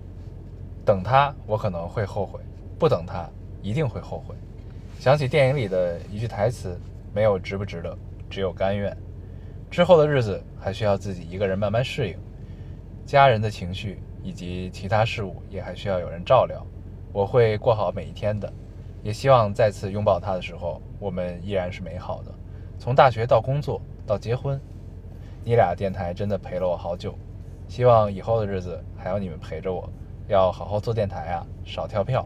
Speaker 1: 等他，我可能会后悔；不等他，一定会后悔。想起电影里的一句台词：“没有值不值得，只有甘愿。”之后的日子还需要自己一个人慢慢适应，家人的情绪以及其他事物也还需要有人照料。我会过好每一天的，也希望再次拥抱他的时候，我们依然是美好的。从大学到工作到结婚，你俩电台真的陪了我好久，希望以后的日子还有你们陪着我，要好好做电台啊，少跳票。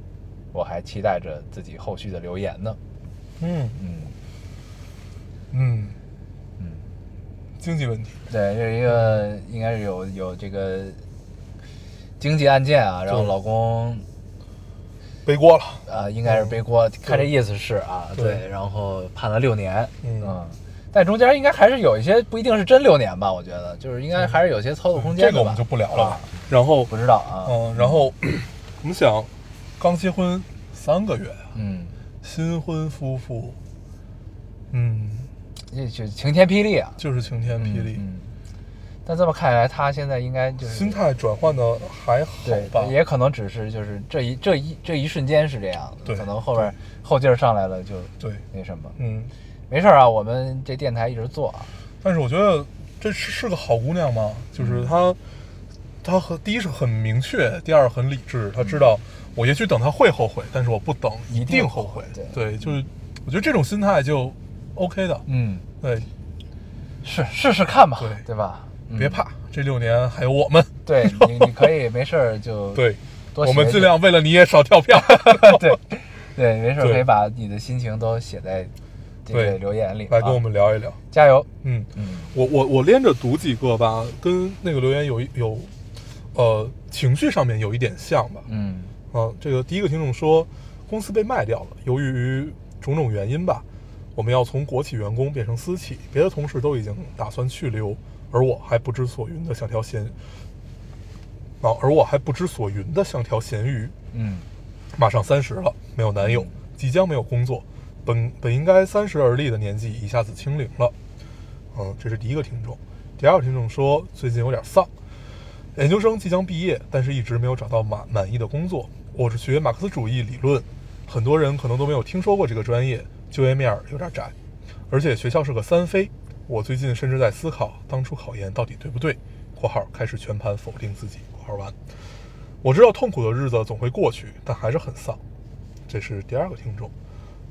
Speaker 1: 我还期待着自己后续的留言呢。
Speaker 2: 嗯
Speaker 1: 嗯
Speaker 2: 嗯，
Speaker 1: 嗯，
Speaker 2: 经济问题，
Speaker 1: 对，这是一个应该是有有这个经济案件啊，然后
Speaker 2: 对
Speaker 1: 老公
Speaker 2: 背锅了。
Speaker 1: 啊、应该是背锅，看这意思是啊，
Speaker 2: 对
Speaker 1: 对，然后判了六年，
Speaker 2: 嗯
Speaker 1: 但中间应该还是有一些不一定是真六年吧，我觉得就是应该还是有些操作空间
Speaker 2: 这
Speaker 1: 的吧、
Speaker 2: 个我们就不聊了。
Speaker 1: 啊
Speaker 2: 然后
Speaker 1: 不知道啊，
Speaker 2: 嗯，然后 我们想，刚结婚三个月啊，
Speaker 1: 嗯，
Speaker 2: 新婚夫妇，嗯，
Speaker 1: 这就晴天霹雳啊，
Speaker 2: 就是晴天霹雳，
Speaker 1: 嗯。嗯但这么看来，他现在应该就是
Speaker 2: 心态转换的还好
Speaker 1: 对
Speaker 2: 吧？，
Speaker 1: 也可能只是就是这一这一这一瞬间是这样的，
Speaker 2: 对
Speaker 1: 可能后边后劲儿上来了就
Speaker 2: 对，
Speaker 1: 那什么，
Speaker 2: 嗯，
Speaker 1: 没事儿啊，我们这电台一直做啊，
Speaker 2: 但是我觉得这是是个好姑娘嘛，就是
Speaker 1: 嗯
Speaker 2: 她，她和第一是很明确，第二很理智，她知道我也许等她会后悔，但是我不等
Speaker 1: 一定
Speaker 2: 一定后悔
Speaker 1: 后悔。
Speaker 2: 对，就是我觉得这种心态就 OK 的，
Speaker 1: 嗯，
Speaker 2: 对，
Speaker 1: 是试试看吧，
Speaker 2: 对
Speaker 1: 吧？嗯
Speaker 2: 别，怕，这六年还有我们，
Speaker 1: 对你你可以没事儿就
Speaker 2: 对，
Speaker 1: 多
Speaker 2: 我
Speaker 1: 写
Speaker 2: 们
Speaker 1: 一
Speaker 2: 尽
Speaker 1: 点
Speaker 2: 量为了你也少跳票。
Speaker 1: 对对没事儿
Speaker 2: 对
Speaker 1: 可以把你的心情都写在这个
Speaker 2: 对
Speaker 1: 留言里，
Speaker 2: 来跟我
Speaker 1: 啊
Speaker 2: 们聊一聊。
Speaker 1: 加油，
Speaker 2: 嗯，
Speaker 1: 嗯
Speaker 2: 我我我连着读几个吧，跟那个留言有一有，呃，情绪上面有一点像吧。
Speaker 1: 嗯
Speaker 2: 啊，这个第一个听众说，公司被卖掉了，由于种种原因吧，我们要从国企员工变成私企，别的同事都已经打算去留，而我还不知所云的像条咸，啊，而我还不知所云的像条咸鱼。
Speaker 1: 嗯
Speaker 2: 马上三十了，没有男友，即将没有工作，本本应该三十而立的年纪一下子清零了。嗯，这是第一个听众。第二个听众说，最近有点丧，研究生即将毕业，但是一直没有找到满满意的工作，我是学马克思主义理论，很多人可能都没有听说过这个专业，就业面儿有点窄，而且学校是个三非。我最近甚至在思考，当初考研到底对不对？（括号开始全盘否定自己，括号完）我知道痛苦的日子总会过去，但还是很丧。这是第二个听众，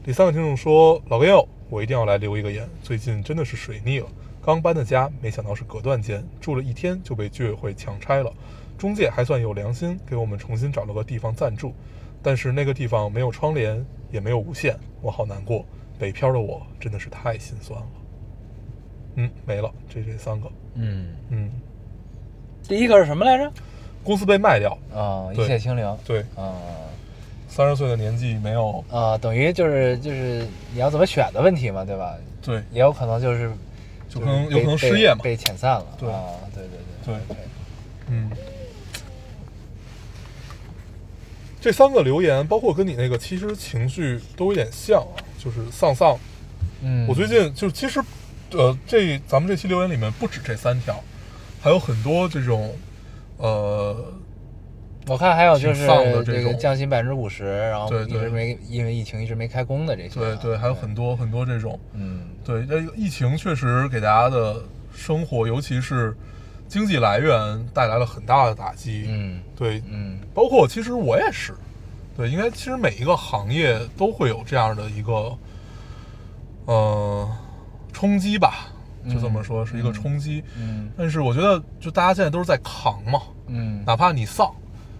Speaker 2: 第三个听众说：“老 Gale，我一定要来留一个言，最近真的是水逆了。刚搬的家，没想到是隔断间，住了一天就被居委会强拆了。中介还算有良心，给我们重新找了个地方暂住，但是那个地方没有窗帘，也没有无线，我好难过。北漂的我真的是太心酸了。”嗯，没了，这这三个。
Speaker 1: 嗯，
Speaker 2: 嗯，
Speaker 1: 第一个是什么来着？
Speaker 2: 公司被卖掉，
Speaker 1: 啊，一
Speaker 2: 对
Speaker 1: 泻清零。
Speaker 2: 对，
Speaker 1: 啊
Speaker 2: 三十岁的年纪没有，
Speaker 1: 啊，等于就是就是你要怎么选的问题嘛，对吧？
Speaker 2: 对，
Speaker 1: 也有可能就是
Speaker 2: 就可能
Speaker 1: 是被
Speaker 2: 有可能失业嘛
Speaker 1: 被被遣散了。
Speaker 2: 对
Speaker 1: 啊，对对
Speaker 2: 对
Speaker 1: 对。
Speaker 2: 嗯，这三个留言，包括跟你那个，其实情绪都有点像啊，就是丧丧。
Speaker 1: 嗯，
Speaker 2: 我最近就是其实，呃，这咱们这期留言里面不止这三条，还有很多这种，呃，
Speaker 1: 我看还有就是
Speaker 2: 挺丧的这
Speaker 1: 这个
Speaker 2: 种
Speaker 1: 降薪百分之五十，然后
Speaker 2: 对
Speaker 1: 一
Speaker 2: 对
Speaker 1: 直没因为疫情一直没开工的这些
Speaker 2: 对
Speaker 1: 啊。
Speaker 2: 对，还有很多很多这种，呃
Speaker 1: 嗯
Speaker 2: 对，这个疫情确实给大家的生活，尤其是经济来源带来了很大的打击。，
Speaker 1: 嗯
Speaker 2: 对，
Speaker 1: 嗯
Speaker 2: 包括其实我也是，对，应该其实每一个行业都会有这样的一个，呃，冲击吧，就这么说、是一个冲击。
Speaker 1: 嗯
Speaker 2: 但是我觉得，就大家现在都是在扛嘛，
Speaker 1: 嗯
Speaker 2: 哪怕你丧，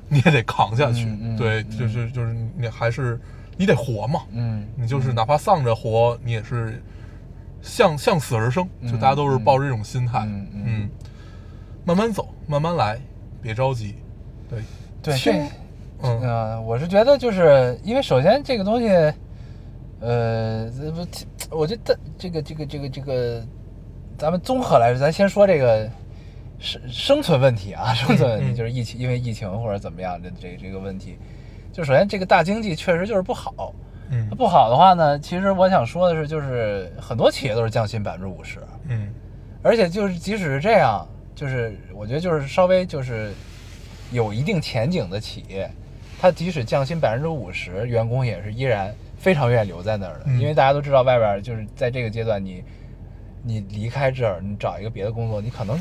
Speaker 2: 你也得扛下去。
Speaker 1: 嗯嗯
Speaker 2: 对，
Speaker 1: 嗯
Speaker 2: 就是就是你还是你得活嘛，
Speaker 1: 嗯，
Speaker 2: 你就是哪怕丧着活，你也是向向死而生，就大家都是抱着这种心态，
Speaker 1: 嗯嗯
Speaker 2: 嗯，慢慢走，慢慢来，别着急，对，
Speaker 1: 对
Speaker 2: 轻
Speaker 1: 这
Speaker 2: 嗯，
Speaker 1: 嗯，我是觉得就是因为首先这个东西，呃，这不，我觉得这个这个这个这个，咱们综合来说，咱先说这个生生存问题 啊，生存问题
Speaker 2: 嗯
Speaker 1: 就是疫情，因为疫情或者怎么样的这这个问题，就首先这个大经济确实就是不好，
Speaker 2: 嗯
Speaker 1: 不好的话呢，其实我想说的是，就是很多企业都是降薪百分之五十，
Speaker 2: 嗯
Speaker 1: 而且就是即使是这样，就是我觉得就是稍微就是有一定前景的企业，它即使降薪百分之五十，员工也是依然非常愿意留在那儿的，
Speaker 2: 嗯
Speaker 1: 因为大家都知道外边儿就是在这个阶段你，你离开这儿，你找一个别的工作，你可能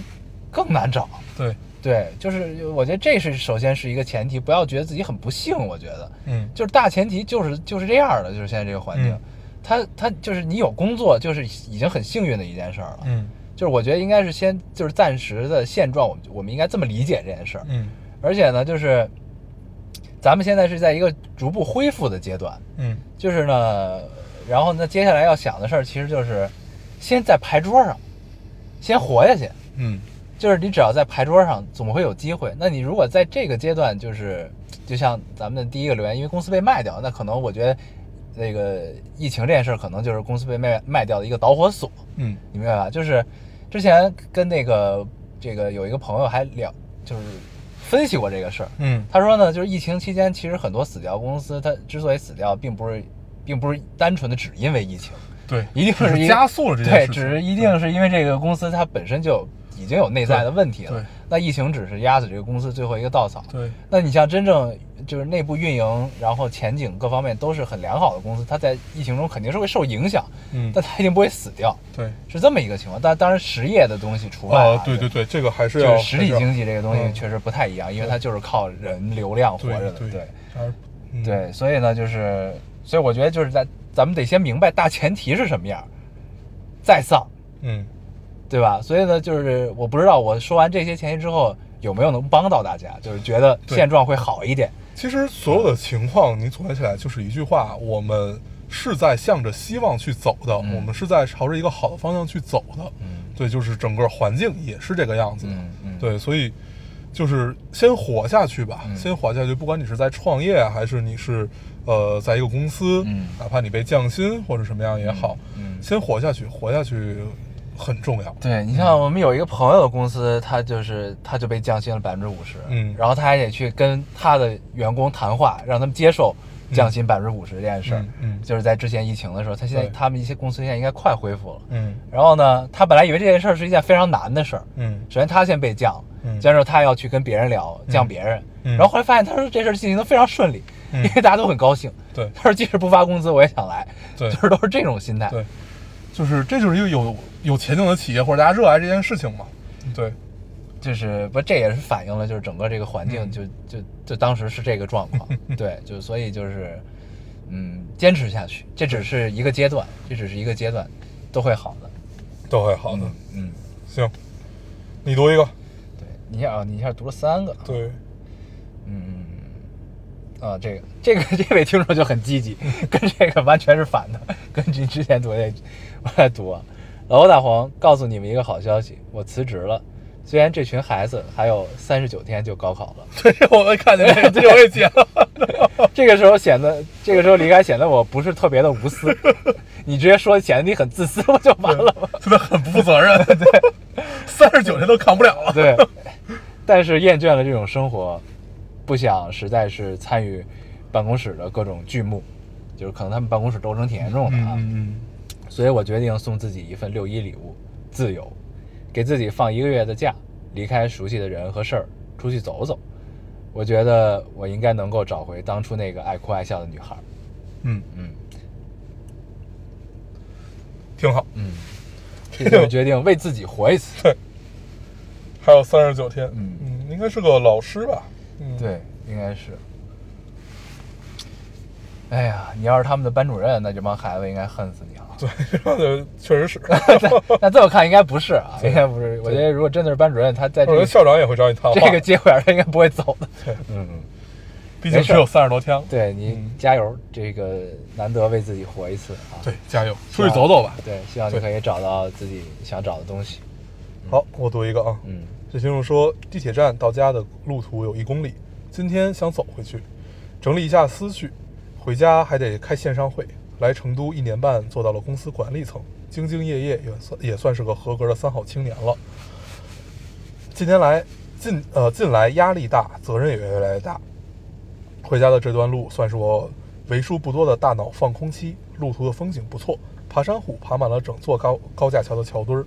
Speaker 1: 更难找。
Speaker 2: 对，
Speaker 1: 对，就是我觉得这是首先是一个前提，不要觉得自己很不幸。我觉得
Speaker 2: 嗯
Speaker 1: 就是大前提就是就是这样的，就是现在这个环境
Speaker 2: 嗯，
Speaker 1: 它它就是你有工作就是已经很幸运的一件事儿了。
Speaker 2: 嗯
Speaker 1: 就是我觉得应该是先就是暂时的现状，我们我们应该这么理解这件事儿。
Speaker 2: 嗯
Speaker 1: 而且呢，就是咱们现在是在一个逐步恢复的阶段，
Speaker 2: 嗯
Speaker 1: 就是呢，然后呢，接下来要想的事儿其实就是先在牌桌上先活下去，
Speaker 2: 嗯
Speaker 1: 就是你只要在牌桌上，总会有机会。那你如果在这个阶段，就是就像咱们的第一个留言，因为公司被卖掉，那可能我觉得那个疫情这件事儿，可能就是公司被卖卖掉的一个导火索。
Speaker 2: 嗯
Speaker 1: 你明白吧？就是之前跟那个这个有一个朋友还聊，就是分析过这个事儿。
Speaker 2: 嗯
Speaker 1: 他说呢，就是疫情期间，其实很多死掉公司，它之所以死掉，并不是，并不是单纯的只因为疫情，
Speaker 2: 对，
Speaker 1: 一定
Speaker 2: 只
Speaker 1: 是因为
Speaker 2: 加速了这件
Speaker 1: 对，
Speaker 2: 事情，
Speaker 1: 只是一定是因为这个公司它本身就已经有内在的问题
Speaker 2: 对
Speaker 1: 了
Speaker 2: 对。
Speaker 1: 那疫情只是压死这个公司最后一个稻草。
Speaker 2: 对，
Speaker 1: 那你像真正就是内部运营，然后前景各方面都是很良好的公司，它在疫情中肯定是会受影响，
Speaker 2: 嗯
Speaker 1: 但它一定不会死掉。
Speaker 2: 对，
Speaker 1: 是这么一个情况。但当然实业的东西除外、
Speaker 2: 哦
Speaker 1: 啊，
Speaker 2: 对对
Speaker 1: 对
Speaker 2: 对，这个还是
Speaker 1: 就
Speaker 2: 要
Speaker 1: 是实体经济这个东西
Speaker 2: 嗯
Speaker 1: 确实不太一样，因为它就是靠人流量活
Speaker 2: 还是
Speaker 1: 着
Speaker 2: 要
Speaker 1: 的，
Speaker 2: 对
Speaker 1: 对
Speaker 2: 还是嗯
Speaker 1: 对，所以呢，就是所以我觉得就是在咱们得先明白大前提是什么样，再丧，
Speaker 2: 嗯
Speaker 1: 对吧？所以呢，就是我不知道我说完这些前提之后有没有能帮到大家，就是觉得
Speaker 2: 对
Speaker 1: 现状会好一点，
Speaker 2: 其实所有的情况，你总结起来就是一句话：我们是在向着希望去走的，
Speaker 1: 嗯
Speaker 2: 我们是在朝着一个好的方向去走的。
Speaker 1: 嗯
Speaker 2: 对，就是整个环境也是这个样子的。
Speaker 1: 嗯嗯，
Speaker 2: 对，所以就是先活下去吧，
Speaker 1: 嗯
Speaker 2: 先活下去。不管你是在创业，啊还是你是呃在一个公司，
Speaker 1: 嗯
Speaker 2: 哪怕你被降薪或者什么样也好，
Speaker 1: 嗯
Speaker 2: 先活下去，活下去很重要。
Speaker 1: 对你像我们有一个朋友的公司，他就是他就被降薪了百分之五十，
Speaker 2: 嗯
Speaker 1: 然后他还得去跟他的员工谈话，让他们接受降薪百分之五十这件事儿，
Speaker 2: 嗯嗯
Speaker 1: 就是在之前疫情的时候，他现在
Speaker 2: 对
Speaker 1: 他们一些公司现在应该快恢复了。
Speaker 2: 嗯
Speaker 1: 然后呢，他本来以为这件事儿是一件非常难的事儿，
Speaker 2: 嗯
Speaker 1: 首先他先被降，
Speaker 2: 嗯
Speaker 1: 降之后他要去跟别人聊降别人，
Speaker 2: 嗯
Speaker 1: 然后后来发现他说这事儿进行的非常顺利，
Speaker 2: 嗯
Speaker 1: 因为大家都很高兴。
Speaker 2: 对
Speaker 1: 他说即使不发工资我也想来，
Speaker 2: 对
Speaker 1: 就是都是这种心态。
Speaker 2: 对，就是这就是一个有有前景的企业或者大家热爱这件事情嘛，对，
Speaker 1: 就是不，这也是反映了就是整个这个环境
Speaker 2: 嗯
Speaker 1: 就、就就当时是这个状 况，对，就所以就是嗯，坚持下去，这只是一个阶段，这只是一个阶段，都会好的。
Speaker 2: 都会好的。
Speaker 1: 嗯，
Speaker 2: 行，你读一个，
Speaker 1: 对你一下啊，你一下读了三个，
Speaker 2: 对，
Speaker 1: 嗯，啊，这个这个这位听众就很积极，跟这个完全是反的，跟你之前读的我来读啊。老欧大黄，告诉你们一个好消息，我辞职了。虽然这群孩子还有三十九天就高考了，
Speaker 2: 对，我们看见这个，这我也剪了。
Speaker 1: 这个时候显得，这个时候离开显得我不是特别的无私。 你直接说显得你很自私，不就完了 吗？
Speaker 2: 真的很不负责任，对，三十九天都扛不了 了。
Speaker 1: 对。但是厌倦了这种生活，不想实在是参与办公室的各种剧目，就是可能他们办公室斗争挺严重的啊。
Speaker 2: 嗯
Speaker 1: 所以我决定送自己一份六一礼物——自由，给自己放一个月的假，离开熟悉的人和事儿，出去走走。我觉得我应该能够找回当初那个爱哭爱笑的女孩儿。
Speaker 2: 嗯，
Speaker 1: 嗯
Speaker 2: 挺好。
Speaker 1: 嗯，这就是决定为自己活一次。
Speaker 2: 还有三十九天，
Speaker 1: 嗯
Speaker 2: 嗯，应该是个老师吧？嗯，
Speaker 1: 对，应该是。哎呀，你要是他们的班主任，那这帮孩子应该恨死你了。啊
Speaker 2: 对，这帮人确 实是。
Speaker 1: 那这么看，应该不是啊，应该不是。我觉得如果真的是班主任，他在
Speaker 2: 我
Speaker 1: 这
Speaker 2: 觉得
Speaker 1: 个
Speaker 2: 校长也会找你谈 话，
Speaker 1: 这个节骨眼儿，他应该不会走的。
Speaker 2: 对
Speaker 1: 嗯。嗯
Speaker 2: 毕竟只有三十多天了。
Speaker 1: 对你
Speaker 2: 嗯
Speaker 1: 加油，这个难得为自己活一次啊！
Speaker 2: 对，加油，出去走走吧。
Speaker 1: 对，希望你
Speaker 2: 对
Speaker 1: 可以找到自己想找的东西。
Speaker 2: 好，我读一个啊。
Speaker 1: 嗯
Speaker 2: 这听众说，地铁站到家的路途有一公里，今天想走回去，整理一下思绪，回家还得开线上会。来成都一年半，做到了公司管理层，兢兢业业也算也算是个合格的三好青年了。近年来，近呃近来压力大，责任也越来越大。回家的这段路算是我为数不多的大脑放空期，路途的风景不错，爬山虎爬满了整座高高架桥的桥墩儿，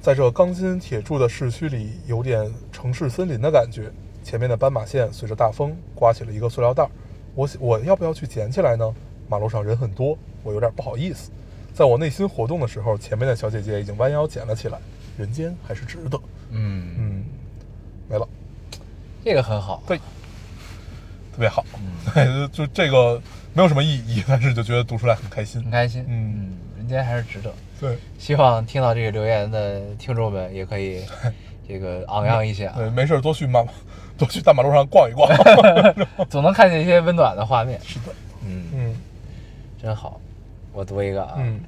Speaker 2: 在这钢筋铁柱的市区里，有点城市森林的感觉。前面的斑马线随着大风刮起了一个塑料袋儿，我我要不要去捡起来呢？马路上人很多，我有点不好意思。在我内心活动的时候，前面的小姐姐已经弯腰捡了起来，人间还是值得。
Speaker 1: 嗯，
Speaker 2: 嗯，没了，
Speaker 1: 这个很好。啊
Speaker 2: 对，特别好。 对，就这个没有什么意义，但是就觉得读出来很开心
Speaker 1: 很。开心。
Speaker 2: 嗯，
Speaker 1: 人间还是值得。
Speaker 2: 对，
Speaker 1: 希望听到这个留言的听众们也可 以这个昂扬一些啊，
Speaker 2: 对，没事儿多去马，多去大马路上逛一逛。
Speaker 1: 总能看见一些温暖的画面。
Speaker 2: 是的，
Speaker 1: 嗯，
Speaker 2: 嗯
Speaker 1: 真好。我读一个啊，
Speaker 2: 嗯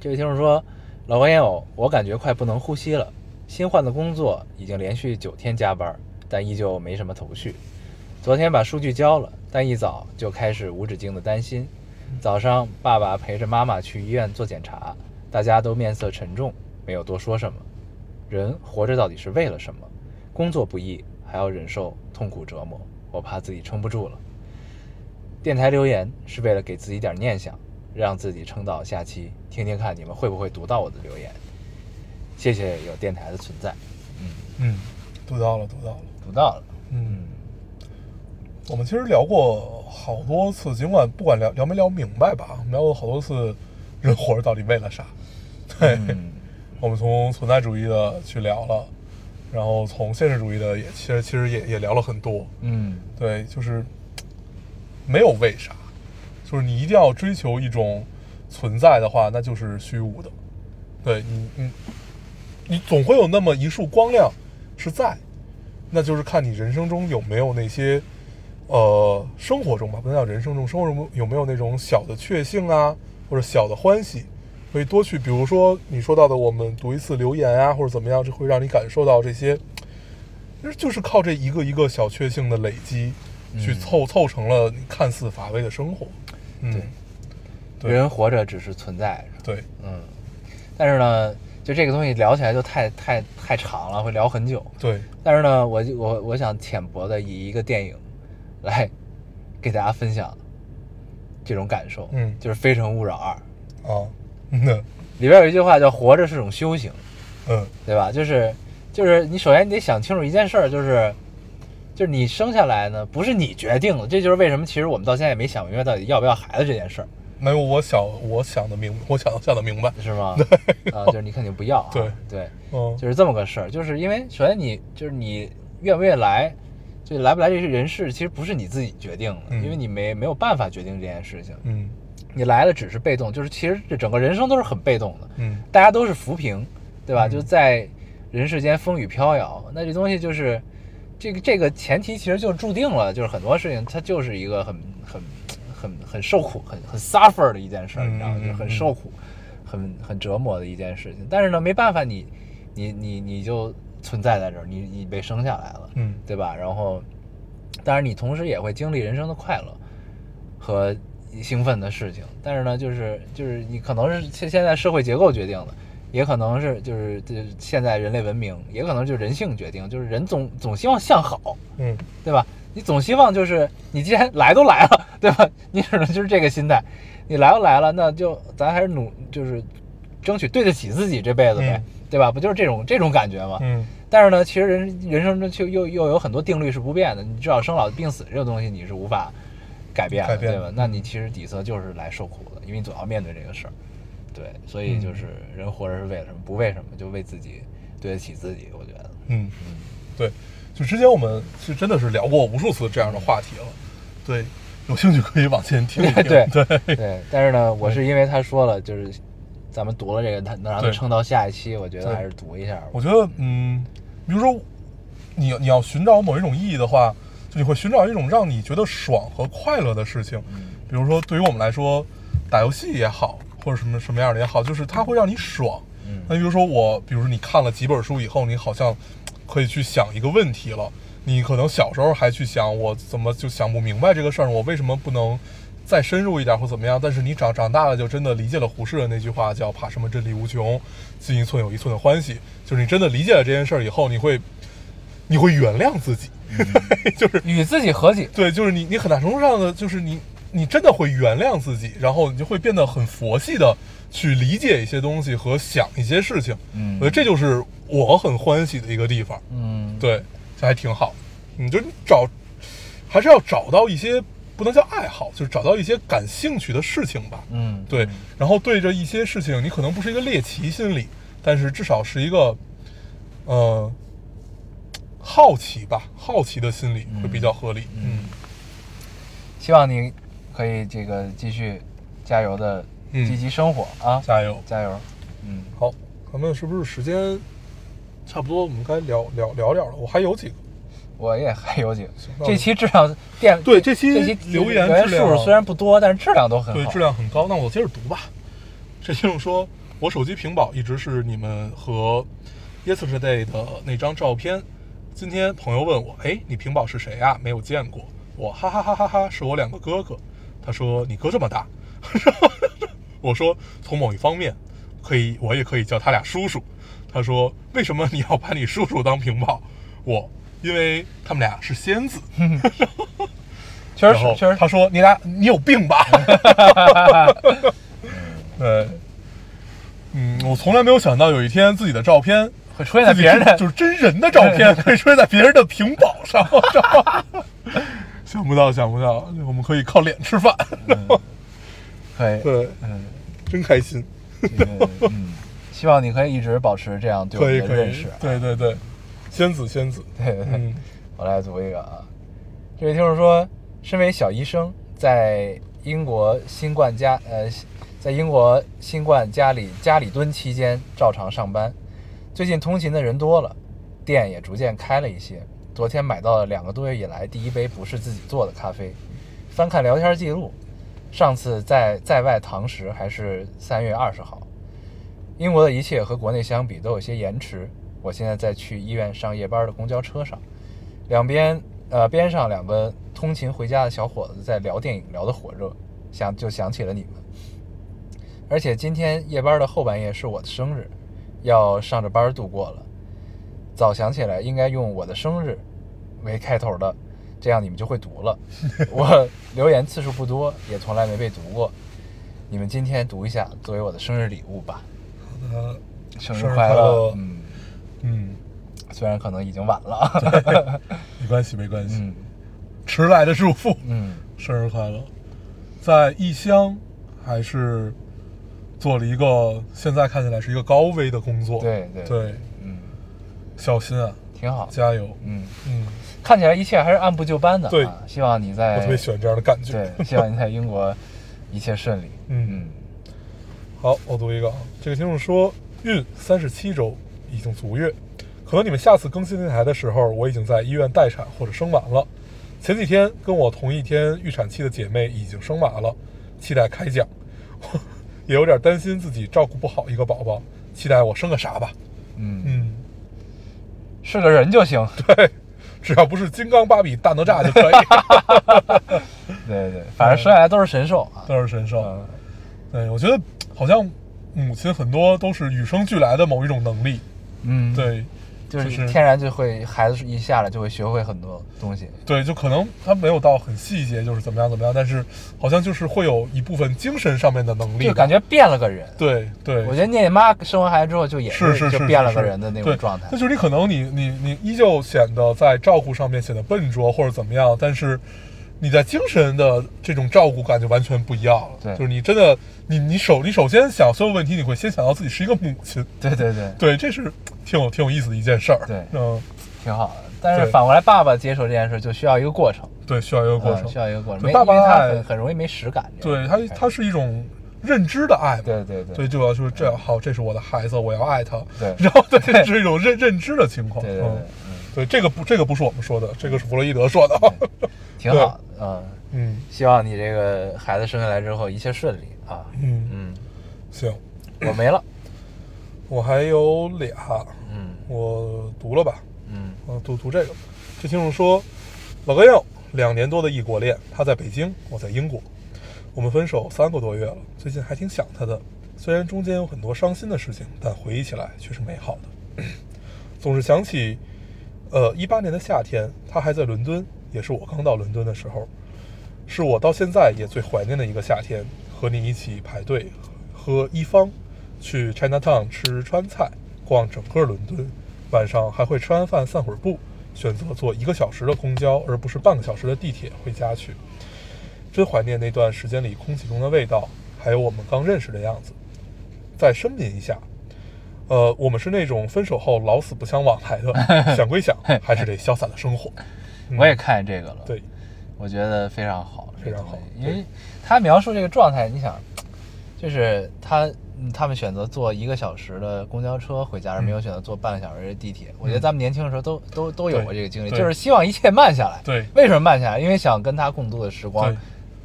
Speaker 1: 这位听众说：“老王烟偶，我感觉快不能呼吸了。新换的工作已经连续九天加班，但依旧没什么头绪。昨天把数据交了，但一早就开始无止境的担心。早上爸爸陪着妈妈去医院做检查，大家都面色沉重，没有多说什么。人活着到底是为了什么？工作不易，还要忍受痛苦折磨，我怕自己撑不住了。电台留言是为了给自己点念想，让自己撑到下期，听听看你们会不会读到我的留言。谢谢有电台的存在，
Speaker 2: 嗯，读到了，读到了。
Speaker 1: 读到了。
Speaker 2: 嗯，我们其实聊过好多次，尽管不管聊聊没聊明白吧，我们聊过好多次，人活着到底为了啥？对，
Speaker 1: 嗯
Speaker 2: 我们从存在主义的去聊了，然后从现实主义的也其实其实也也聊了很多。
Speaker 1: 嗯
Speaker 2: 对，就是没有为啥，就是你一定要追求一种存在的话，那就是虚无的。对你，你你总会有那么一束光亮是在，那就是看你人生中有没有那些呃生活中吧，不能叫人生中，生活中有没有那种小的确幸啊，或者小的欢喜。可以多去，比如说你说到的，我们读一次留言啊，或者怎么样，这会让你感受到这些就是就是靠这一个一个小确幸的累积，去凑凑成了你看似乏味的生活。嗯，对
Speaker 1: 人活着只是存在，
Speaker 2: 对，
Speaker 1: 嗯，但是呢，就这个东西聊起来就太太太长了，会聊很久。
Speaker 2: 对，
Speaker 1: 但是呢，我就我我想浅薄的以一个电影来给大家分享这种感受，
Speaker 2: 嗯
Speaker 1: 就是《非诚勿扰二》
Speaker 2: 啊，那
Speaker 1: 里边有一句话叫“活着是种修行”，
Speaker 2: 嗯
Speaker 1: 对吧？就是就是你首先你得想清楚一件事儿，就是就是你生下来呢，不是你决定的，这就是为什么其实我们到现在也没想明白到底要不要孩子这件事儿，
Speaker 2: 没有我想我想的明，我想想的明白，
Speaker 1: 是 吗？啊，就是你肯定不要啊，
Speaker 2: 对
Speaker 1: 对，
Speaker 2: 嗯
Speaker 1: 就是这么个事儿，就是因为首先你就是你愿不愿意来，就来不来这个人事，其实不是你自己决定的，
Speaker 2: 嗯
Speaker 1: 因为你没没有办法决定这件事情，
Speaker 2: 嗯
Speaker 1: 你来了只是被动，就是其实这整个人生都是很被动的，
Speaker 2: 嗯
Speaker 1: 大家都是浮萍，对吧？
Speaker 2: 嗯
Speaker 1: 就在人世间风雨飘摇，那这东西就是这个这个前提，其实就注定了，就是很多事情它就是一个很很很很受苦、很很 suffer 的一件事儿，
Speaker 2: 嗯
Speaker 1: 你知道吗？就是很
Speaker 2: 嗯
Speaker 1: 受苦、很很折磨的一件事情。但是呢，没办法，你你你你就存在在这儿，你你被生下来了，
Speaker 2: 嗯
Speaker 1: 对吧？然后，当然你同时也会经历人生的快乐和兴奋的事情，但是呢，就是就是你可能是现现在社会结构决定的，也可能是就是就是现在人类文明，也可能就是人性决定，就是人总总希望向好，
Speaker 2: 嗯
Speaker 1: 对吧？你总希望就是你既然来都来了， 对吧？你只能就是这个心态，你来都来了，那就咱还是努就是争取对得起自己这辈子呗，
Speaker 2: 嗯
Speaker 1: 对吧？不就是这种这种感觉吗？
Speaker 2: 嗯
Speaker 1: 但是呢，其实人人生中就又又有很多定律是不变的，你至少生老病死这个东西你是无法改变的，
Speaker 2: 改变
Speaker 1: 对
Speaker 2: 的
Speaker 1: 吧？那你其实底层就是来受苦的，因为你总要面对这个事儿，对，所以就是人活着是为了什么？不为什么，就为自己，对得起自己，我觉得。
Speaker 2: 嗯，对，就之前我们是真的是聊过无数次这样的话题了，对，有兴趣可以往前听一听，
Speaker 1: 对
Speaker 2: 对，
Speaker 1: 对，但是呢，我是因为他说了，就是咱们读了这个，他能让他
Speaker 2: 对
Speaker 1: 撑到下一期，我觉得
Speaker 2: 对
Speaker 1: 还是读一下吧。
Speaker 2: 我觉得，嗯，比如说你你要寻找某一种意义的话，就你会寻找一种让你觉得爽和快乐的事情，
Speaker 1: 嗯
Speaker 2: 比如说对于我们来说，打游戏也好，或者什么什么样的也好，就是它会让你爽。
Speaker 1: 嗯
Speaker 2: 那比如说我，比如说你看了几本书以后，你好像可以去想一个问题了。你可能小时候还去想我怎么就想不明白这个事儿，我为什么不能再深入一点或怎么样？但是你长长大了就真的理解了胡适的那句话，叫“怕什么真理无穷，进一寸有一寸的欢喜”。就是你真的理解了这件事儿以后，你会你会原谅自己， 就是
Speaker 1: 与自己和解，
Speaker 2: 对，就是你，你很大程度上的就是你，你真的会原谅自己，然后你就会变得很佛系的去理解一些东西和想一些事情。
Speaker 1: 嗯
Speaker 2: 我觉得这就是我很欢喜的一个地方。
Speaker 1: 嗯，
Speaker 2: 对，这还挺好。你就你找，还是要找到一些不能叫爱好，就是找到一些感兴趣的事情吧。
Speaker 1: 嗯，
Speaker 2: 对，然后对着一些事情，你可能不是一个猎奇心理，但是至少是一个，呃，好奇吧，好奇的心理会比较合理。
Speaker 1: 嗯希望你可以这个继续加油的
Speaker 2: 嗯
Speaker 1: 积极生活啊，
Speaker 2: 加油！
Speaker 1: 加油，嗯，
Speaker 2: 好，咱们是不是时间差不多？我们该聊聊聊聊了。我还有几个，
Speaker 1: 我也还有几个
Speaker 2: 行那，我
Speaker 1: 这期质量电
Speaker 2: 对这期
Speaker 1: 这期
Speaker 2: 留言
Speaker 1: 留言
Speaker 2: 质量啊
Speaker 1: 数虽然不多，但是质量都嗯很好，
Speaker 2: 对质量很高。那我接着读吧。这先生说，我手机屏保一直是你们和 Yesterday 的那张照片。今天朋友问我，哎，你屏保是谁啊？没有见过。我哈哈哈哈哈，是我两个哥哥。他说你哥这么大， 我说从某一方面可以，我也可以叫他俩叔叔。他说为什么你要把你叔叔当屏保？我因为他们俩是仙子。
Speaker 1: 确实
Speaker 2: 然后
Speaker 1: 是确实是
Speaker 2: 他说你俩你有病吧？ 对，呃嗯，我从来没有想到有一天自己的照片
Speaker 1: 会出现在
Speaker 2: 自己
Speaker 1: 别人的
Speaker 2: 真就是真人的照片会出现在别人的屏保上， 想不到，想不到，我们可以靠脸吃饭，
Speaker 1: 嗯可以，
Speaker 2: 对，
Speaker 1: 嗯，
Speaker 2: 真开心，
Speaker 1: 这个嗯，希望你可以一直保持这样对我
Speaker 2: 可以
Speaker 1: 们的
Speaker 2: 可
Speaker 1: 认
Speaker 2: 以
Speaker 1: 识，，啊
Speaker 2: 对对对，仙子仙子，
Speaker 1: 对对对。
Speaker 2: 嗯
Speaker 1: 我来读一个啊，这位听众说，身为小医生，在英国新冠家呃，在英国新冠家里家里蹲期间照常上班，最近通勤的人多了，店也逐渐开了一些。昨天买到了两个多月以来第一杯不是自己做的咖啡，翻看聊天记录，上次在在外堂食还是三月二十号。英国的一切和国内相比都有些延迟。我现在在去医院上夜班的公交车上，两边呃边上两个通勤回家的小伙子在聊电影，聊得火热，想就想起了你们。而且今天夜班的后半夜是我的生日，要上着班度过了。早想起来应该用我的生日为开头的，这样你们就会读了。我留言次数不多，也从来没被读过。你们今天读一下，作为我的生日礼物吧。
Speaker 2: 呃，
Speaker 1: 生
Speaker 2: 生日
Speaker 1: 快
Speaker 2: 快乐
Speaker 1: 嗯，
Speaker 2: 嗯，
Speaker 1: 虽然可能已经晚了。
Speaker 2: 没关系，没关 系，
Speaker 1: 嗯
Speaker 2: 迟来的祝福，
Speaker 1: 嗯，
Speaker 2: 生日快乐！在异乡还是做了一个现在看起来是一个高危的工作，
Speaker 1: 对对，
Speaker 2: 对，
Speaker 1: 嗯，
Speaker 2: 小心啊，
Speaker 1: 挺好。
Speaker 2: 加油！
Speaker 1: 嗯，
Speaker 2: 嗯，
Speaker 1: 看起来一切还是按部就班的。
Speaker 2: 对
Speaker 1: 啊，希望你在
Speaker 2: 我特别喜欢这样的感觉。
Speaker 1: 对，希望你在英国一切顺利。
Speaker 2: 嗯，好，我读一个啊。这个听众说，孕三十七周已经足月，可能你们下次更新电台的时候，我已经在医院待产或者生娃了。前几天跟我同一天预产期的姐妹已经生娃了，期待开奖， 我也有点担心自己照顾不好一个宝宝，期待我生个啥吧。
Speaker 1: 嗯嗯，
Speaker 2: 嗯，
Speaker 1: 是个人就行。
Speaker 2: 对，只要不是金刚芭比大哪吒就可以，
Speaker 1: 对对，反正生下来都是神兽啊。
Speaker 2: 都是神兽。
Speaker 1: 嗯
Speaker 2: 对，我觉得好像母亲很多都是与生俱来的某一种能力。
Speaker 1: 嗯，，
Speaker 2: 对，
Speaker 1: 就是
Speaker 2: 就是
Speaker 1: 天然就会孩子一下来就会学会很多东西。
Speaker 2: 对，就可能他没有到很细节，就是怎么样怎么样，但是好像就是会有一部分精神上面的能力
Speaker 1: 就
Speaker 2: 吧，
Speaker 1: 感觉变了个人。
Speaker 2: 对对，
Speaker 1: 我觉得聂妈生完孩子之后就也
Speaker 2: 是是是
Speaker 1: 就是变了个
Speaker 2: 是
Speaker 1: 人的那
Speaker 2: 对
Speaker 1: 种状态
Speaker 2: 那。就是你可能你你你依旧显得在照顾上面显得笨拙或者怎么样，但是你在精神的这种照顾感就完全不一样了。
Speaker 1: 对
Speaker 2: 就是你真的你你首你首先想所有问题，你会先想到自己是一个母亲，
Speaker 1: 对对对，
Speaker 2: 对，这是挺有挺有意思的一件事儿。
Speaker 1: 对
Speaker 2: 嗯，
Speaker 1: 挺好的。但是
Speaker 2: 对
Speaker 1: 反过来，爸爸接受这件事就需要一个过程，
Speaker 2: 对，需要一个过程，
Speaker 1: 嗯需要一个过程。
Speaker 2: 对
Speaker 1: 没，
Speaker 2: 爸爸
Speaker 1: 因为他
Speaker 2: 爱
Speaker 1: 很很容易没实感。这
Speaker 2: 对
Speaker 1: 个
Speaker 2: 它
Speaker 1: 事儿
Speaker 2: 它是一种认知的爱嘛。
Speaker 1: 对对对
Speaker 2: 对，就要说这样好，这是我的孩子，我要爱他。
Speaker 1: 对
Speaker 2: 然后对，这是一种认认知的情况。
Speaker 1: 对对对，
Speaker 2: 嗯
Speaker 1: 嗯，
Speaker 2: 对，这个不，这个不是我们说的，这个是弗洛伊德说的。
Speaker 1: 挺好的。嗯，
Speaker 2: 嗯
Speaker 1: 希望你这个孩子生下来之后一切顺利啊。
Speaker 2: 嗯，
Speaker 1: 嗯，
Speaker 2: 行，
Speaker 1: 我没了。
Speaker 2: 我还有俩，
Speaker 1: 嗯
Speaker 2: 我读了吧，
Speaker 1: 嗯
Speaker 2: 我读读这个。这听众说，老哥要两年多的异国恋，他在北京，我在英国，我们分手三个多月了，最近还挺想他的。虽然中间有很多伤心的事情，但回忆起来却是美好的。总是想起，呃，一八年的夏天，他还在伦敦，也是我刚到伦敦的时候，是我到现在也最怀念的一个夏天。和你一起排队喝一方，去 Chinatown 吃川菜，逛整个伦敦，晚上还会吃完饭散会儿步，选择坐一个小时的公交，而不是半个小时的地铁回家去。真怀念那段时间里空气中的味道，还有我们刚认识的样子。再声明一下，呃，我们是那种分手后老死不相往 来的，想归想，还是得潇洒的生活。嗯
Speaker 1: 我也看见这个了。
Speaker 2: 对，
Speaker 1: 我觉得非常好，
Speaker 2: 非常好
Speaker 1: 这个东西因为他描述这个状态，你想，就是他嗯他们选择坐一个小时的公交车回家，而没有选择坐半个小时的地铁。我觉得咱们年轻的时候都都都有过这个经历，
Speaker 2: 嗯对
Speaker 1: 就是希望一切慢下来。
Speaker 2: 对
Speaker 1: 为什么慢下来？因为想跟他共度的时光
Speaker 2: 对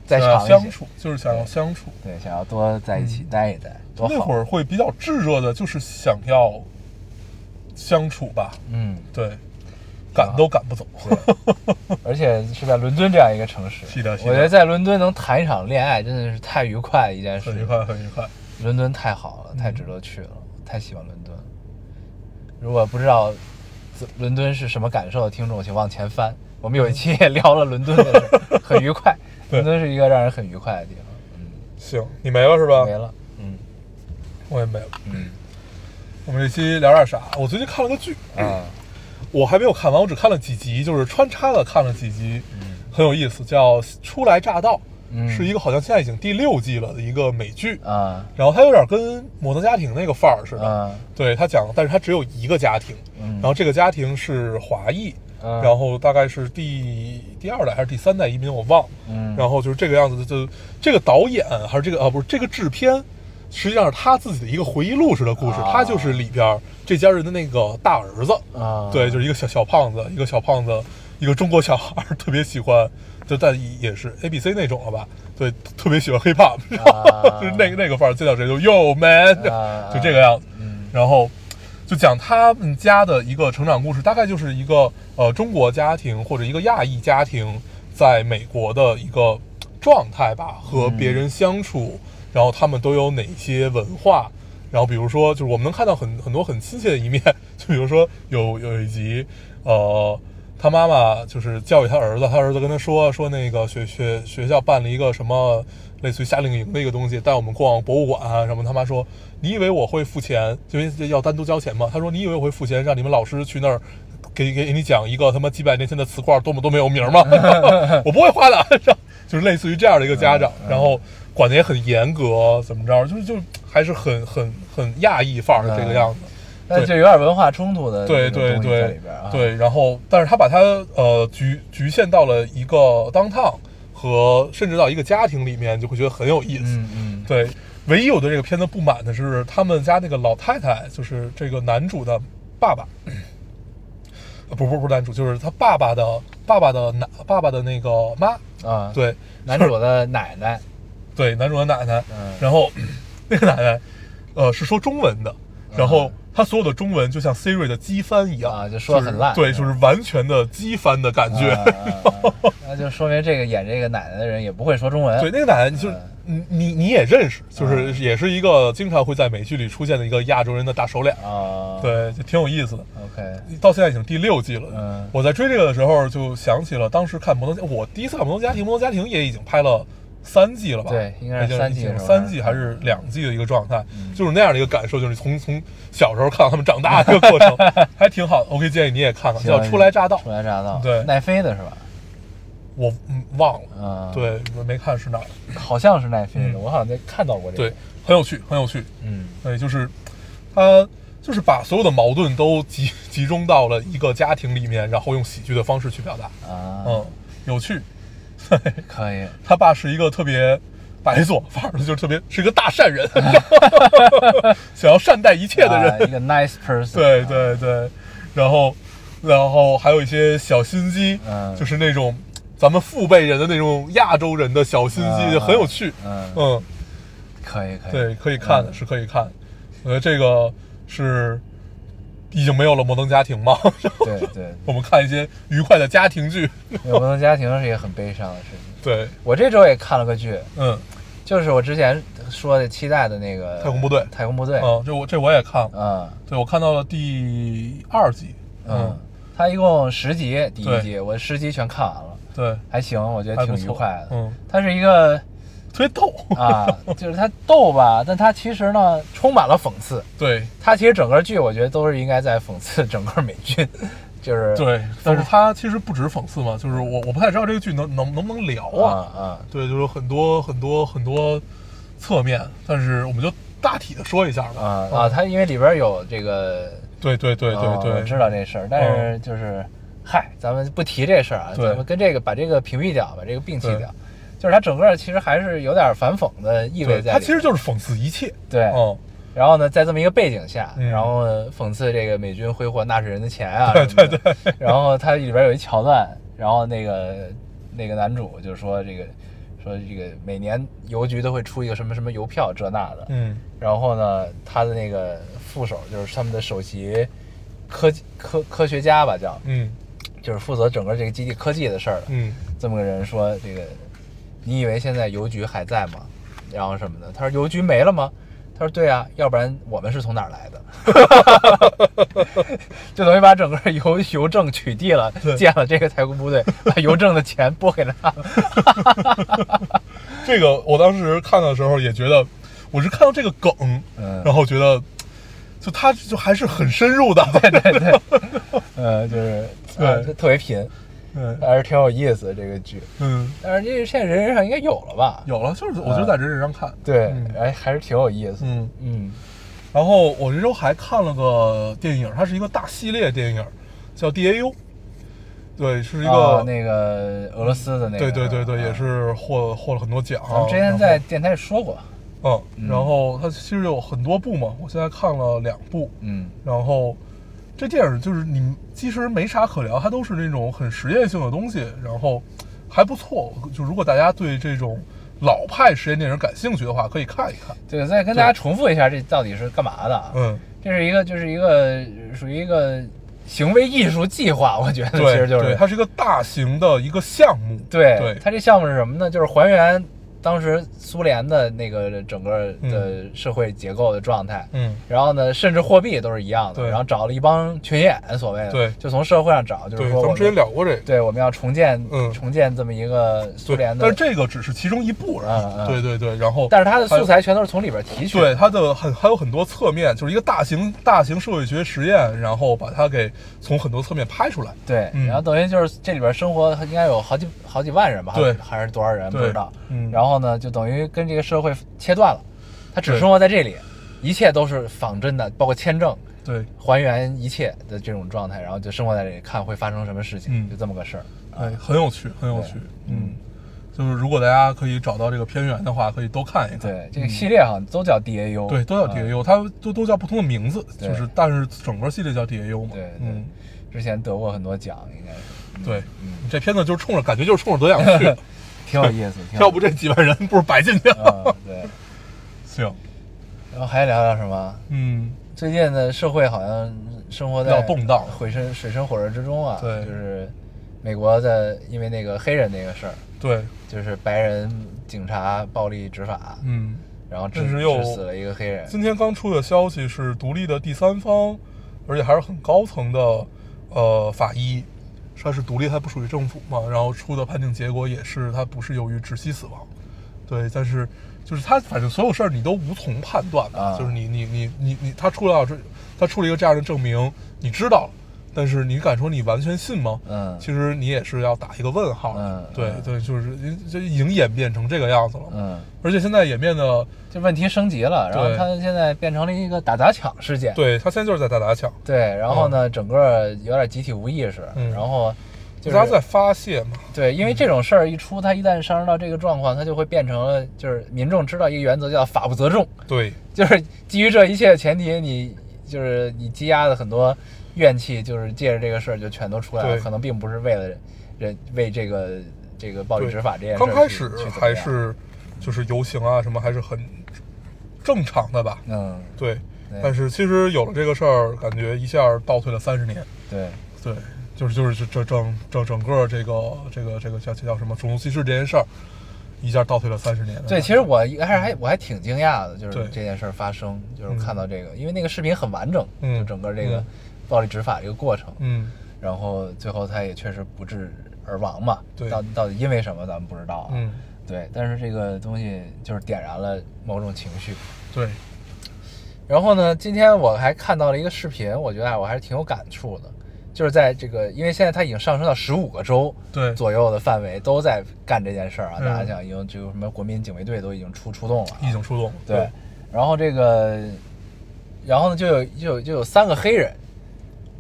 Speaker 1: 再
Speaker 2: 想要
Speaker 1: 长一
Speaker 2: 相
Speaker 1: 些，
Speaker 2: 处就是想要相处。
Speaker 1: 对，想要多在一起待一待，多
Speaker 2: 那
Speaker 1: 好
Speaker 2: 会。儿会比较炙热的，就是想要相处吧，
Speaker 1: 嗯，
Speaker 2: 对，赶都赶不走。
Speaker 1: 而且是在伦敦这样一个城市，
Speaker 2: 是的是的
Speaker 1: 我觉得在伦敦能谈一场恋爱真的是太愉快的一件事
Speaker 2: 很
Speaker 1: 情
Speaker 2: 愉。快，很愉快。
Speaker 1: 伦敦太好了，太值得去了，太喜欢伦敦了。如果不知道自伦敦是什么感受的听众，请往前翻，我们有一期也聊了伦敦的事儿，很愉快。
Speaker 2: 对
Speaker 1: 伦敦是一个让人很愉快的地方。
Speaker 2: 行，你没了是吧？
Speaker 1: 没了，嗯
Speaker 2: 我也没了。
Speaker 1: 嗯
Speaker 2: 我们这期聊点啥？我最近看了个剧，
Speaker 1: 啊
Speaker 2: 我还没有看完，我只看了几集，就是穿插的看了几集，很有意思，叫《初来乍到》，
Speaker 1: 嗯
Speaker 2: 是一个好像现在已经第六季了的一个美剧。
Speaker 1: 啊
Speaker 2: 然后它有点跟《摩登家庭》那个范儿似的，
Speaker 1: 啊
Speaker 2: 对他讲，但是他只有一个家庭，
Speaker 1: 嗯
Speaker 2: 然后这个家庭是华裔，
Speaker 1: 嗯
Speaker 2: 然后大概是第第二代还是第三代移民，我忘了。
Speaker 1: 嗯
Speaker 2: 然后就是这个样子，就这个导演还是这个啊，不是这个制片，实际上是他自己的一个回忆录式的故事，
Speaker 1: 啊
Speaker 2: 他就是里边儿这家人的那个大儿子，
Speaker 1: 啊！
Speaker 2: 对，就是一个小小胖子，一个小胖子，一个中国小孩儿， 特别喜欢，就但也是 A B C 那种了吧？对，特别喜欢 hip hop，然后 就是那个那个范儿，见到谁就 Yo man，
Speaker 1: 啊
Speaker 2: 就这个样子。
Speaker 1: 嗯
Speaker 2: 然后就讲他们家的一个成长故事，大概就是一个呃中国家庭或者一个亚裔家庭在美国的一个状态吧，和别人相处，然后他们都有哪些文化。然后比如说， 就是我们能看到很很多很亲切的一面，就比如说有有一集，呃，他妈妈就是教育他儿子，他儿子跟他说说那个学学学校办了一个什么类似于夏令营的一个东西，带我们逛博物馆啊什么。他妈说你以为我会付钱，就因为要单独交钱嘛。他说你以为我会付钱让你们老师去那儿给给给你讲一个他妈几百年前的瓷罐多么多么有名 吗？我不会花的，然后就是类似于这样的一个家长，然后管的也很严格，怎么着，就是就还是很很很亚裔范儿的这个样子。
Speaker 1: 但就有点文化冲突的
Speaker 2: 对
Speaker 1: 这
Speaker 2: 嗯对
Speaker 1: 种东西在
Speaker 2: 对
Speaker 1: 里边啊，
Speaker 2: 对，然后但是他把它呃局局限到了一个当趟和甚至到一个家庭里面，就会觉得很有意思。
Speaker 1: 嗯嗯，
Speaker 2: 对，唯一我对这个片子不满的是他们家那个老太太，就是这个男主的爸爸，呃不不不是男主，就是他爸爸的爸爸的男爸爸的那个妈，
Speaker 1: 啊，，
Speaker 2: 对
Speaker 1: 男主的奶奶，
Speaker 2: 对，男主的奶奶，
Speaker 1: 嗯
Speaker 2: 然后 那个奶奶呃是说中文的，然后。他所有的中文就像 Siri 的机翻一样
Speaker 1: 啊就说得很烂
Speaker 2: 是对，就是完全的机翻的感觉。
Speaker 1: 啊啊啊啊那就说明这个演这个奶奶的人也不会说中文，
Speaker 2: 对，那个奶奶就是
Speaker 1: 啊
Speaker 2: 你你你也认识，就是也是一个经常会在美剧里出现的一个亚洲人的大手脸，
Speaker 1: 啊，
Speaker 2: 对，就挺有意思的。
Speaker 1: ，OK，
Speaker 2: 到现在已经第六季了。
Speaker 1: 嗯
Speaker 2: 我在追这个的时候，就想起了当时看《摩登家》，我第一次看《摩登家庭》，《摩登家庭》也已经拍了三季了吧？
Speaker 1: 对应该是
Speaker 2: 已经
Speaker 1: 三季
Speaker 2: 已经
Speaker 1: 是吧
Speaker 2: 三季还是两季的一个状态，
Speaker 1: 嗯
Speaker 2: 就是那样的一个感受，就是从从小时候看到他们长大的一个过程，还挺好的。我可以建议你也看看，
Speaker 1: 行啊
Speaker 2: 叫《初来乍到
Speaker 1: 初》，来乍到，
Speaker 2: 对
Speaker 1: 奈飞的是吧？
Speaker 2: 我嗯忘了，
Speaker 1: 嗯，，
Speaker 2: 对，我没看是哪儿，
Speaker 1: 好像是奈飞的，
Speaker 2: 嗯
Speaker 1: 我好像在看到过这个，
Speaker 2: 对，，很有趣，很有趣。
Speaker 1: 嗯，
Speaker 2: 对，就是他就是把所有的矛盾都集集中到了一个家庭里面，然后用喜剧的方式去表达，
Speaker 1: 啊，
Speaker 2: 嗯，有趣。
Speaker 1: 可以，
Speaker 2: 他爸是一个特别白左范儿的，就是特别是一个大善人， 想要善待一切的人。
Speaker 1: 啊一个 nice person，
Speaker 2: 对
Speaker 1: 啊，
Speaker 2: 对对，然后然后还有一些小心机，
Speaker 1: 嗯
Speaker 2: 就是那种咱们父辈人的那种亚洲人的小心机，
Speaker 1: 嗯哎
Speaker 2: 就很有趣。
Speaker 1: 嗯
Speaker 2: 嗯，
Speaker 1: 可以可以，
Speaker 2: 对，可以
Speaker 1: 嗯
Speaker 2: 看的、是可以看的，我觉得这个是已经没有了摩登家庭嘛，
Speaker 1: 对对，
Speaker 2: 我们看一些愉快的家庭剧。
Speaker 1: 有不同家庭是一个很悲伤的事情。
Speaker 2: 对，
Speaker 1: 我这周也看了个剧，
Speaker 2: 嗯
Speaker 1: 就是我之前说的期待的那个
Speaker 2: 太空部队
Speaker 1: 太空部队，
Speaker 2: 嗯，这我这我也看了，
Speaker 1: 嗯
Speaker 2: 对我看到了第二集，
Speaker 1: 嗯，它一共十集，第一
Speaker 2: 对
Speaker 1: 集我十集全看完了，
Speaker 2: 对，
Speaker 1: 还行，我觉得
Speaker 2: 还不
Speaker 1: 挺
Speaker 2: 错
Speaker 1: 愉快的。
Speaker 2: 嗯，
Speaker 1: 它是一个
Speaker 2: 特别逗，
Speaker 1: 啊，就是它逗吧，但它其实呢充满了讽刺。
Speaker 2: 对
Speaker 1: 它其实整个剧我觉得都是应该在讽刺整个美军， 就是
Speaker 2: 对，但是他其实不止讽刺嘛，就是我我不太知道这个剧能能能不能聊
Speaker 1: 啊
Speaker 2: 啊，
Speaker 1: 啊
Speaker 2: 对，就是有很多很多很多侧面，但是我们就大体的说一下
Speaker 1: 啊
Speaker 2: 吧，
Speaker 1: 啊，它因为里边有这个，
Speaker 2: 对对哦对
Speaker 1: 哦
Speaker 2: 对
Speaker 1: 我
Speaker 2: 对，
Speaker 1: 知道这事儿，但是就是。嗨，咱们不提这事儿啊，
Speaker 2: 对
Speaker 1: 咱们跟这个把这个屏蔽掉，把这个摒弃
Speaker 2: 对
Speaker 1: 掉，就是它整个其实还是有点反讽的意味在
Speaker 2: 对，
Speaker 1: 里面。哎
Speaker 2: 他其实就是讽刺一切，
Speaker 1: 对，
Speaker 2: 嗯，
Speaker 1: 然后呢，在这么一个背景下，
Speaker 2: 嗯
Speaker 1: 然后呢讽刺这个美军挥霍纳税人的钱 啊，对对对。然后它里边有一桥段，然后那个那个男主就说这个说这个每年邮局都会出一个什么什么邮票这那的，
Speaker 2: 嗯
Speaker 1: 然后呢，他的那个副手就是他们的首席科技科科学家吧，叫
Speaker 2: 嗯
Speaker 1: 就是负责整个这个基地科技的事儿的，
Speaker 2: 嗯
Speaker 1: 这么个人说这个，你以为现在邮局还在吗？然后什么的，他说邮局没了吗？他说对啊，要不然我们是从哪儿来的？ 就等于把整个邮邮政取缔了，建了这个太空部队，把 邮政的钱拨给他们。
Speaker 2: 这个我当时看的时候也觉得，我是看到这个梗，
Speaker 1: 嗯
Speaker 2: 然后觉得，就他就还是很深入的， 对
Speaker 1: 对对，呃，就是呃
Speaker 2: 对
Speaker 1: 特别贫，
Speaker 2: 对，
Speaker 1: 还是挺有意思的这个剧。
Speaker 2: 嗯，
Speaker 1: 但是这个现在人人上应该有了吧？
Speaker 2: 有了，就是
Speaker 1: 嗯
Speaker 2: 我就在人人上看，
Speaker 1: 对
Speaker 2: 嗯，
Speaker 1: 哎，还是挺有意思。
Speaker 2: 嗯，
Speaker 1: 嗯
Speaker 2: 然后我这周还看了个电影，它是一个大系列电影，叫 D A U，对，是一个、
Speaker 1: 啊那个俄罗斯的那个，
Speaker 2: 对对对对，也
Speaker 1: 啊
Speaker 2: 是获获了很多奖。
Speaker 1: 咱们之前在电台里说过，
Speaker 2: 然后嗯，然后它其实有很多部嘛，我现在看了两部，
Speaker 1: 嗯，
Speaker 2: 然后这电影就是你其实没啥可聊，它都是那种很实验性的东西，然后还不错。就如果大家对这种老派实验电影感兴趣的话，可以看一看。
Speaker 1: 对，再跟大家重复一下，这到底是干嘛的啊？
Speaker 2: 嗯，
Speaker 1: 这是一个，就是一个属于一个行为艺术计划，我觉得其
Speaker 2: 对，
Speaker 1: 实就是
Speaker 2: 对，它是一个大型的一个项目。
Speaker 1: 对
Speaker 2: 对
Speaker 1: 它这项目是什么呢？就是还原当时苏联的那个整个的社会结构的状态，
Speaker 2: 嗯
Speaker 1: 然后呢，甚至货币都是一样的，
Speaker 2: 对
Speaker 1: 然后找了一帮群演，所谓的，
Speaker 2: 对
Speaker 1: 就从社会上找，就是
Speaker 2: 对，
Speaker 1: 说
Speaker 2: 咱
Speaker 1: 我
Speaker 2: 们之前
Speaker 1: 们
Speaker 2: 聊过这个，
Speaker 1: 对我们要重建、
Speaker 2: 嗯
Speaker 1: 重建这么一个苏
Speaker 2: 对
Speaker 1: 联，的
Speaker 2: 但是，这个只是其中一步而
Speaker 1: 嗯嗯
Speaker 2: 已。对对对，然后
Speaker 1: 但是它的
Speaker 2: 还有
Speaker 1: 素材全都是从里边提取的，
Speaker 2: 对它的很还有很多侧面，就是一个大型大型社会学实验，然后把它给从很多侧面拍出来。
Speaker 1: 对，
Speaker 2: 嗯
Speaker 1: 然后等于就是这里边生活应该有好几好几万人吧，
Speaker 2: 对
Speaker 1: 还是多少人不
Speaker 2: 对
Speaker 1: 知道。
Speaker 2: 嗯
Speaker 1: 然后呢，就等于跟这个社会切断了，他只
Speaker 2: 对
Speaker 1: 生活在这里，一切都是仿真的，包括签证
Speaker 2: 对，
Speaker 1: 还原一切的这种状态，然后就生活在这里，看会发生什么事情，
Speaker 2: 嗯
Speaker 1: 就这么个事儿。
Speaker 2: 哎，很有趣，很有趣
Speaker 1: 对。
Speaker 2: 嗯，就是如果大家可以找到这个片源的话，可以都看一看。
Speaker 1: 对，这个系列好像都叫 DAU，
Speaker 2: 对，都叫
Speaker 1: 嗯
Speaker 2: DAU，它都都叫不同的名字，
Speaker 1: 对
Speaker 2: 就是但是整个系列叫 DAU 嘛。
Speaker 1: 对对
Speaker 2: 嗯，
Speaker 1: 之前得过很多奖，应该是
Speaker 2: 对
Speaker 1: 嗯，
Speaker 2: 这片子就是冲着感觉就是冲着得奖 去的，
Speaker 1: 挺有意思，挺有
Speaker 2: 要不这几万人不是白进去了？
Speaker 1: 嗯对。
Speaker 2: 行，
Speaker 1: 然后还聊聊什么？
Speaker 2: 嗯，
Speaker 1: 最近的社会好像生活在
Speaker 2: 比较动荡
Speaker 1: 水深水深火热之中啊。
Speaker 2: 对
Speaker 1: 就是美国在因为那个黑人那个事儿，
Speaker 2: 对，
Speaker 1: 就是白人警察暴力执法，
Speaker 2: 嗯。
Speaker 1: 然后致
Speaker 2: 但是又
Speaker 1: 致死了一个黑人。
Speaker 2: 今天刚出的消息是，独立的第三方，而且还是很高层的，呃，法医，他是独立，他不属于政府嘛。然后出的判定结果也是，他不是由于窒息死亡。对，但是就是他，反正所有事儿你都无从判断吧。
Speaker 1: 啊
Speaker 2: 就是你你你你你，他出了这，他出了一个这样的证明，你知道了，但是你敢说你完全信吗？
Speaker 1: 嗯
Speaker 2: 其实你也是要打一个问号。
Speaker 1: 嗯
Speaker 2: 对
Speaker 1: 嗯
Speaker 2: 对，就是已就已经演变成这个样子了。
Speaker 1: 嗯，
Speaker 2: 而且现在演变的，
Speaker 1: 这问题升级了，然后
Speaker 2: 对
Speaker 1: 他现在变成了一个打砸抢事件。
Speaker 2: 对他现在就是在打砸抢。
Speaker 1: 对然后呢，整个有点集体无意识，
Speaker 2: 嗯
Speaker 1: 然后就
Speaker 2: 大家在
Speaker 1: 是
Speaker 2: 发泄嘛，
Speaker 1: 对，因为这种事儿一出，他一旦上升到这个状况，他就会变成了就是民众知道一个原则叫法不责众。
Speaker 2: 对
Speaker 1: 就是基于这一切前提，你就是你积压的很多怨气，就是借着这个事儿就全都出来了，
Speaker 2: 对
Speaker 1: 可能并不是为了人为这个这个暴力
Speaker 2: 对
Speaker 1: 执法这件事儿
Speaker 2: 刚开
Speaker 1: 去
Speaker 2: 始
Speaker 1: 去怎么
Speaker 2: 还
Speaker 1: 样
Speaker 2: 是就是游行啊什么还是很正常的吧，
Speaker 1: 嗯
Speaker 2: 对
Speaker 1: 对。
Speaker 2: 但是其实有了这个事儿，感觉一下倒退了三十年，
Speaker 1: 对
Speaker 2: 对，就是就是这整整整个这个这个这个叫叫什么种族歧视这件事儿，一下倒退了三十年。
Speaker 1: 对，其实我一开始还我还挺惊讶的，就是
Speaker 2: 嗯对
Speaker 1: 这件事儿发生，就是
Speaker 2: 嗯
Speaker 1: 看到这个，因为那个视频很完整，
Speaker 2: 嗯
Speaker 1: 就整个这个
Speaker 2: 嗯
Speaker 1: 暴力执法这个过程，
Speaker 2: 嗯，
Speaker 1: 然后最后他也确实不治而亡嘛，
Speaker 2: 对
Speaker 1: 到到底因为什么咱们不知道啊，
Speaker 2: 嗯，
Speaker 1: 对，但是这个东西就是点燃了某种情绪，
Speaker 2: 对，
Speaker 1: 然后呢，今天我还看到了一个视频，我觉得啊我还是挺有感触的，就是在这个，因为现在它已经上升到十五个州
Speaker 2: 对
Speaker 1: 左右的范围都在干这件事儿啊，
Speaker 2: 嗯
Speaker 1: 大家想已经这个什么国民警卫队都已经出出动了啊，
Speaker 2: 已经出动了。
Speaker 1: 对，然后这个，然后呢就有就有就有三个黑人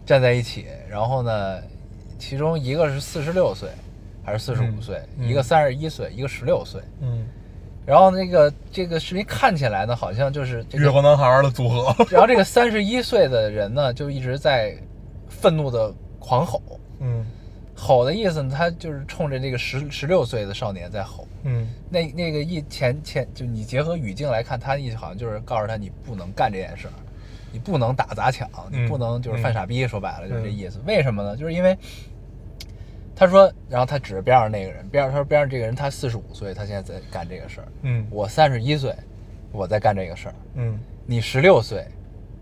Speaker 1: 站在一起，然后呢，其中一个是四十六岁还是四十五
Speaker 2: 嗯
Speaker 1: 岁，
Speaker 2: 嗯
Speaker 1: 一个三十一岁，一个十六岁，
Speaker 2: 嗯，
Speaker 1: 然后那个这个视频看起来呢，好像就是这个
Speaker 2: 月光男孩儿的组合。
Speaker 1: 然后这个三十一岁的人呢，就一直在愤怒的狂吼，
Speaker 2: 嗯
Speaker 1: 吼的意思呢，他就是冲着那个十十六岁的少年在吼。
Speaker 2: 嗯，
Speaker 1: 那那个意前前就你结合语境来看，他的意思好像就是告诉他你不能干这件事儿，你不能打砸抢，
Speaker 2: 嗯
Speaker 1: 你不能就是犯傻逼，说白了就是这
Speaker 2: 嗯
Speaker 1: 意思。为什么呢？就是因为他说，然后他指着边上那个人，边上他说边上这个人他四十五岁，他现在在干这个事儿，
Speaker 2: 嗯
Speaker 1: 我三十一岁，我在干这个事儿，
Speaker 2: 嗯
Speaker 1: 你十六岁，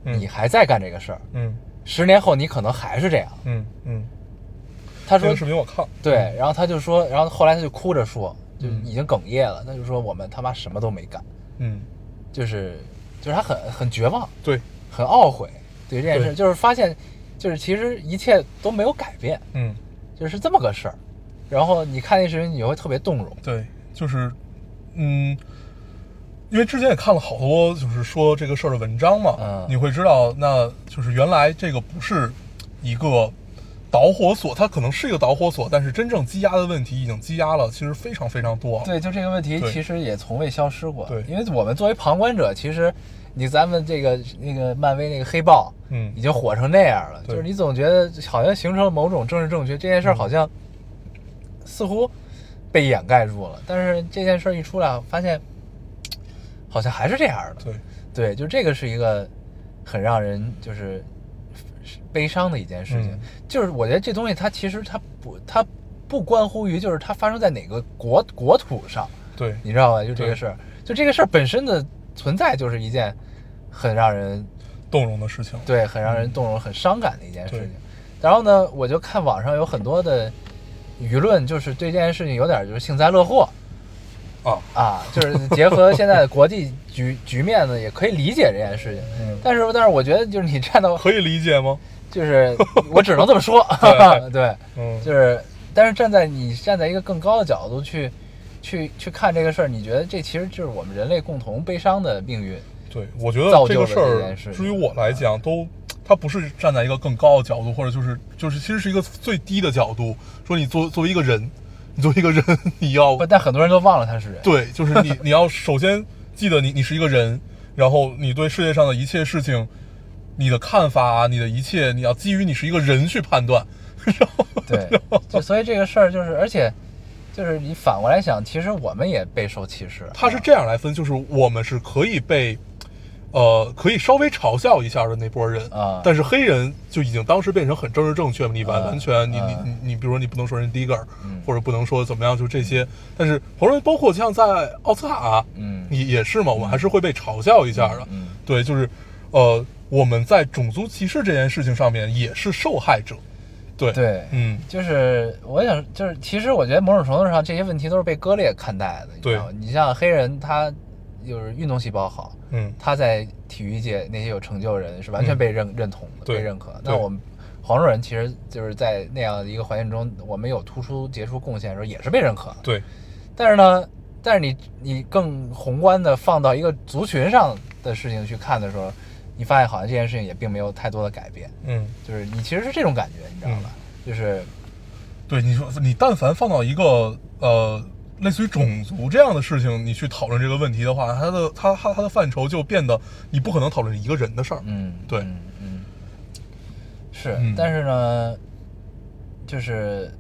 Speaker 2: 嗯
Speaker 1: 你还在干这个事儿，
Speaker 2: 嗯
Speaker 1: 十年后你可能还是这样。
Speaker 2: 嗯嗯，
Speaker 1: 他
Speaker 2: 这
Speaker 1: 说
Speaker 2: 个视频我看。
Speaker 1: 对，然后他就说，然后后来他就哭着说，就
Speaker 2: 嗯
Speaker 1: 已经哽咽了，他就说我们他妈什么都没干，
Speaker 2: 嗯，
Speaker 1: 就是就是他很很绝望，
Speaker 2: 对，
Speaker 1: 很懊悔对这件事，
Speaker 2: 对
Speaker 1: 就是发现就是其实一切都没有改变，
Speaker 2: 嗯。
Speaker 1: 就是这么个事儿。然后你看那视频，你会特别动容，
Speaker 2: 对，就是，嗯，因为之前也看了好多就是说这个事儿的文章嘛，
Speaker 1: 嗯
Speaker 2: 你会知道，那就是原来这个不是一个导火索，它可能是一个导火索，但是真正积压的问题已经积压了，其实非常非常多了。
Speaker 1: 对，就这个问题
Speaker 2: 对
Speaker 1: 其实也从未消失过，
Speaker 2: 对
Speaker 1: 因为我们作为旁观者，其实你咱们这个那个漫威那个黑豹，
Speaker 2: 嗯
Speaker 1: 已经火成那样了，就
Speaker 2: 对嗯
Speaker 1: 是你总觉得好像形成了某种政治正确，这件事儿好像似乎被掩盖住了，但是这件事儿一出来，发现好像还是这样的，
Speaker 2: 对，
Speaker 1: 对，就这个是一个很让人就是悲伤的一件事情。
Speaker 2: 嗯
Speaker 1: 就是我觉得这东西它其实它不它不关乎于就是它发生在哪个国国土上，
Speaker 2: 对，
Speaker 1: 你知道吧？就这
Speaker 2: 对
Speaker 1: 个事儿，就这个事儿本身的存在就是一件很让人
Speaker 2: 动容的事情。
Speaker 1: 对很让人动容、很伤感的一件事
Speaker 2: 对
Speaker 1: 情。然后呢，我就看网上有很多的舆论，就是对这件事情有点就是幸灾乐祸
Speaker 2: 啊，
Speaker 1: 啊，就是结合现在的国际局局面呢，也可以理解这件事情。
Speaker 2: 嗯，
Speaker 1: 但是，但是我觉得就是你站到，
Speaker 2: 可以理解吗？
Speaker 1: 就是我只能这么说
Speaker 2: 对，
Speaker 1: 对，
Speaker 2: 嗯，
Speaker 1: 就是，但是站在你站在一个更高的角度去，去去看这个事儿，你觉得这其实就是我们人类共同悲伤的命运。
Speaker 2: 对，我觉得
Speaker 1: 造就
Speaker 2: 这个
Speaker 1: 了
Speaker 2: 事
Speaker 1: 这
Speaker 2: 儿
Speaker 1: 件事，嗯
Speaker 2: 至于我来讲，都它不是站在一个更高的角度，或者就是就是其实是一个最低的角度，说你作作为一个人，你作为一个人，你要
Speaker 1: 不，但很多人都忘了他是人。
Speaker 2: 对，就是你你要首先记得你你是一个人，然后你对世界上的一切事情，你的看法啊，你的一切，你要基于你是一个人去判断。然后
Speaker 1: 对，就所以这个事儿就是，而且就是你反过来想，其实我们也备受歧视。
Speaker 2: 它是这样来分，就是我们是可以被，呃，可以稍微嘲笑一下的那波人
Speaker 1: 啊
Speaker 2: 但是黑人就已经当时变成很政治正确嘛，你完
Speaker 1: 啊
Speaker 2: 完全你、
Speaker 1: 啊
Speaker 2: 你你你，比如说你不能说人 nigger，、
Speaker 1: 嗯
Speaker 2: 或者不能说怎么样，就这些。但是黄人包括像在奥斯卡、
Speaker 1: 嗯
Speaker 2: 也也是嘛，我们还是会被嘲笑一下的。
Speaker 1: 嗯嗯
Speaker 2: 对，就是呃，我们在种族歧视这件事情上面也是受害者。对，
Speaker 1: 对，
Speaker 2: 嗯，
Speaker 1: 就是我想，就是其实我觉得某种程度上，这些问题都是被割裂看待的。你知道吗
Speaker 2: 对
Speaker 1: 你像黑人，他就是运动细胞好，
Speaker 2: 嗯，
Speaker 1: 他在体育界那些有成就人是完全被认、认同的、
Speaker 2: 对
Speaker 1: 被认可的。
Speaker 2: 对
Speaker 1: 那我们黄种人其实就是在那样的一个环境中，我们有突出杰出贡献的时候也是被认可的。
Speaker 2: 对，
Speaker 1: 但是呢，但是你你更宏观的放到一个族群上的事情去看的时候，你发现好像这件事情也并没有太多的改变，
Speaker 2: 嗯。
Speaker 1: 就是你其实是这种感觉，你知道吧？就是
Speaker 2: 对，你说你但凡放到一个呃类似于种族这样的事情，你去讨论这个问题的话，它的它它它的范畴就变得你不可能讨论一个人的事儿。
Speaker 1: 嗯，
Speaker 2: 对
Speaker 1: 嗯嗯，是
Speaker 2: 嗯，
Speaker 1: 但是呢，就是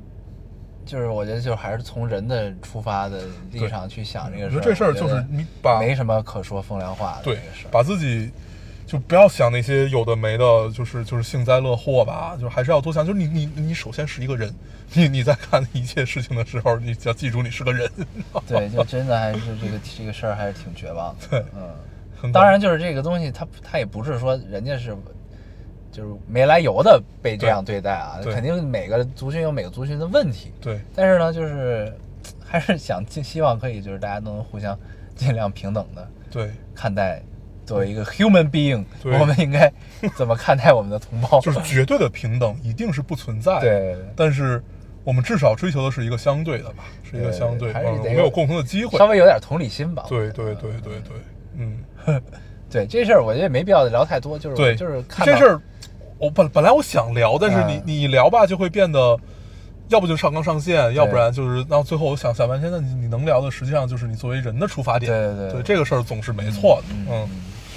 Speaker 1: 就是，我觉得就还是从人的出发的立场去想这
Speaker 2: 我
Speaker 1: 个事
Speaker 2: 觉得
Speaker 1: 儿。
Speaker 2: 这事儿
Speaker 1: 我觉
Speaker 2: 就是
Speaker 1: 得
Speaker 2: 你把
Speaker 1: 没什么可说风凉话的这
Speaker 2: 对
Speaker 1: 个事儿。
Speaker 2: 把自己就不要想那些有的没的，就是就是幸灾乐祸吧，就还是要多想，就是你你你首先是一个人， 你你在看一切事情的时候，你要记住你是个人。
Speaker 1: 对，就真的还是这个这个事儿还是挺绝望的。
Speaker 2: 对
Speaker 1: 嗯，
Speaker 2: 很
Speaker 1: 当然就是这个东西它，它也不是说人家是就是没来由的被这样对待啊，
Speaker 2: 对
Speaker 1: 肯定每个族群有每个族群的问题。
Speaker 2: 对
Speaker 1: 但是呢，就是嘖还是想尽希望可以就是大家都能互相尽量平等的
Speaker 2: 对，
Speaker 1: 看待，作为一个 human being，
Speaker 2: 对
Speaker 1: 我们应该怎么看待我们的同胞？
Speaker 2: 就是绝对的平等一定是不存在的。
Speaker 1: 对，
Speaker 2: 但是我们至少追求的是一个相对的吧，是一个相对，
Speaker 1: 还
Speaker 2: 嗯
Speaker 1: 是
Speaker 2: 我
Speaker 1: 得
Speaker 2: 们有共同的机会
Speaker 1: 稍。微有点同理心吧。
Speaker 2: 对对对对对，嗯，
Speaker 1: 对，这事儿我觉得也没必要聊太多，就是我
Speaker 2: 对，
Speaker 1: 就是看
Speaker 2: 这
Speaker 1: 到
Speaker 2: 事儿，我本本来我想聊，但是你
Speaker 1: 嗯
Speaker 2: 你一聊吧，就会变得，要不就上纲上线，要不
Speaker 1: 对
Speaker 2: 然就是到最后我想想半天，那你你能聊的实际上就是你作为人的出发点，
Speaker 1: 对对对
Speaker 2: 这个事儿总是没错的，嗯，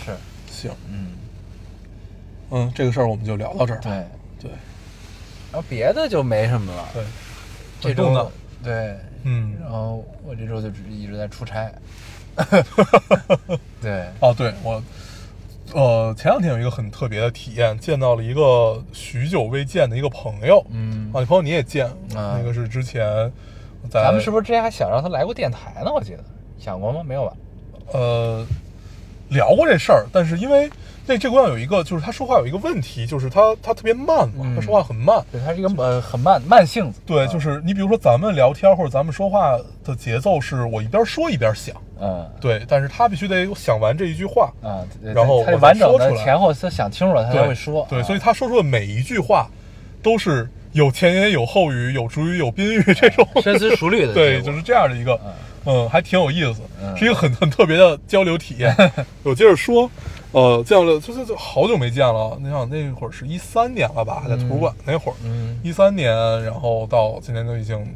Speaker 1: 是，
Speaker 2: 行，
Speaker 1: 嗯，
Speaker 2: 嗯，这个事儿我们就聊到这儿吧，
Speaker 1: 对，然
Speaker 2: 对
Speaker 1: 后别的就没什么了。
Speaker 2: 对，
Speaker 1: 这
Speaker 2: 运动
Speaker 1: 周
Speaker 2: 呢
Speaker 1: 对，
Speaker 2: 嗯，
Speaker 1: 然后我这周就只一直在出 差。对，
Speaker 2: 哦，对我，呃，前两天有一个很特别的体验，见到了一个许久未见的一个朋友。
Speaker 1: 嗯
Speaker 2: 啊，，你朋友你也见，
Speaker 1: 啊
Speaker 2: 那个是之前在
Speaker 1: 咱们是不是之前还想让他来过电台呢？我记得想过吗？没有吧？
Speaker 2: 呃聊过这事儿，但是因为那这姑娘有一个，就是她说话有一个问题，就是她她特别慢嘛，
Speaker 1: 嗯啊
Speaker 2: 她说话很慢。
Speaker 1: 对，他是一个呃很慢慢性子。
Speaker 2: 对，就是你比如说咱们聊天或者咱们说话的节奏是我一边说一边想，
Speaker 1: 嗯
Speaker 2: 对，但是她必须得想完这一句话，
Speaker 1: 啊，对
Speaker 2: 然后
Speaker 1: 他
Speaker 2: 我
Speaker 1: 完
Speaker 2: 再
Speaker 1: 整
Speaker 2: 说
Speaker 1: 的
Speaker 2: 出来
Speaker 1: 前后他想清楚了，他才
Speaker 2: 对
Speaker 1: 会说。
Speaker 2: 对，
Speaker 1: 啊
Speaker 2: 所以他说出的每一句话都是有前言、有后语、有主语、有宾语这种，
Speaker 1: 深思熟虑的
Speaker 2: 对，
Speaker 1: 结果
Speaker 2: 就是这样的一个，嗯，还挺有意思，
Speaker 1: 嗯
Speaker 2: 是一个很很特别的交流体 验。我接着说，呃，见了就是就好久没见了，你想那会儿是一三年了吧，还在图书馆那会儿，
Speaker 1: 嗯
Speaker 2: 一三年，然后到今年都已经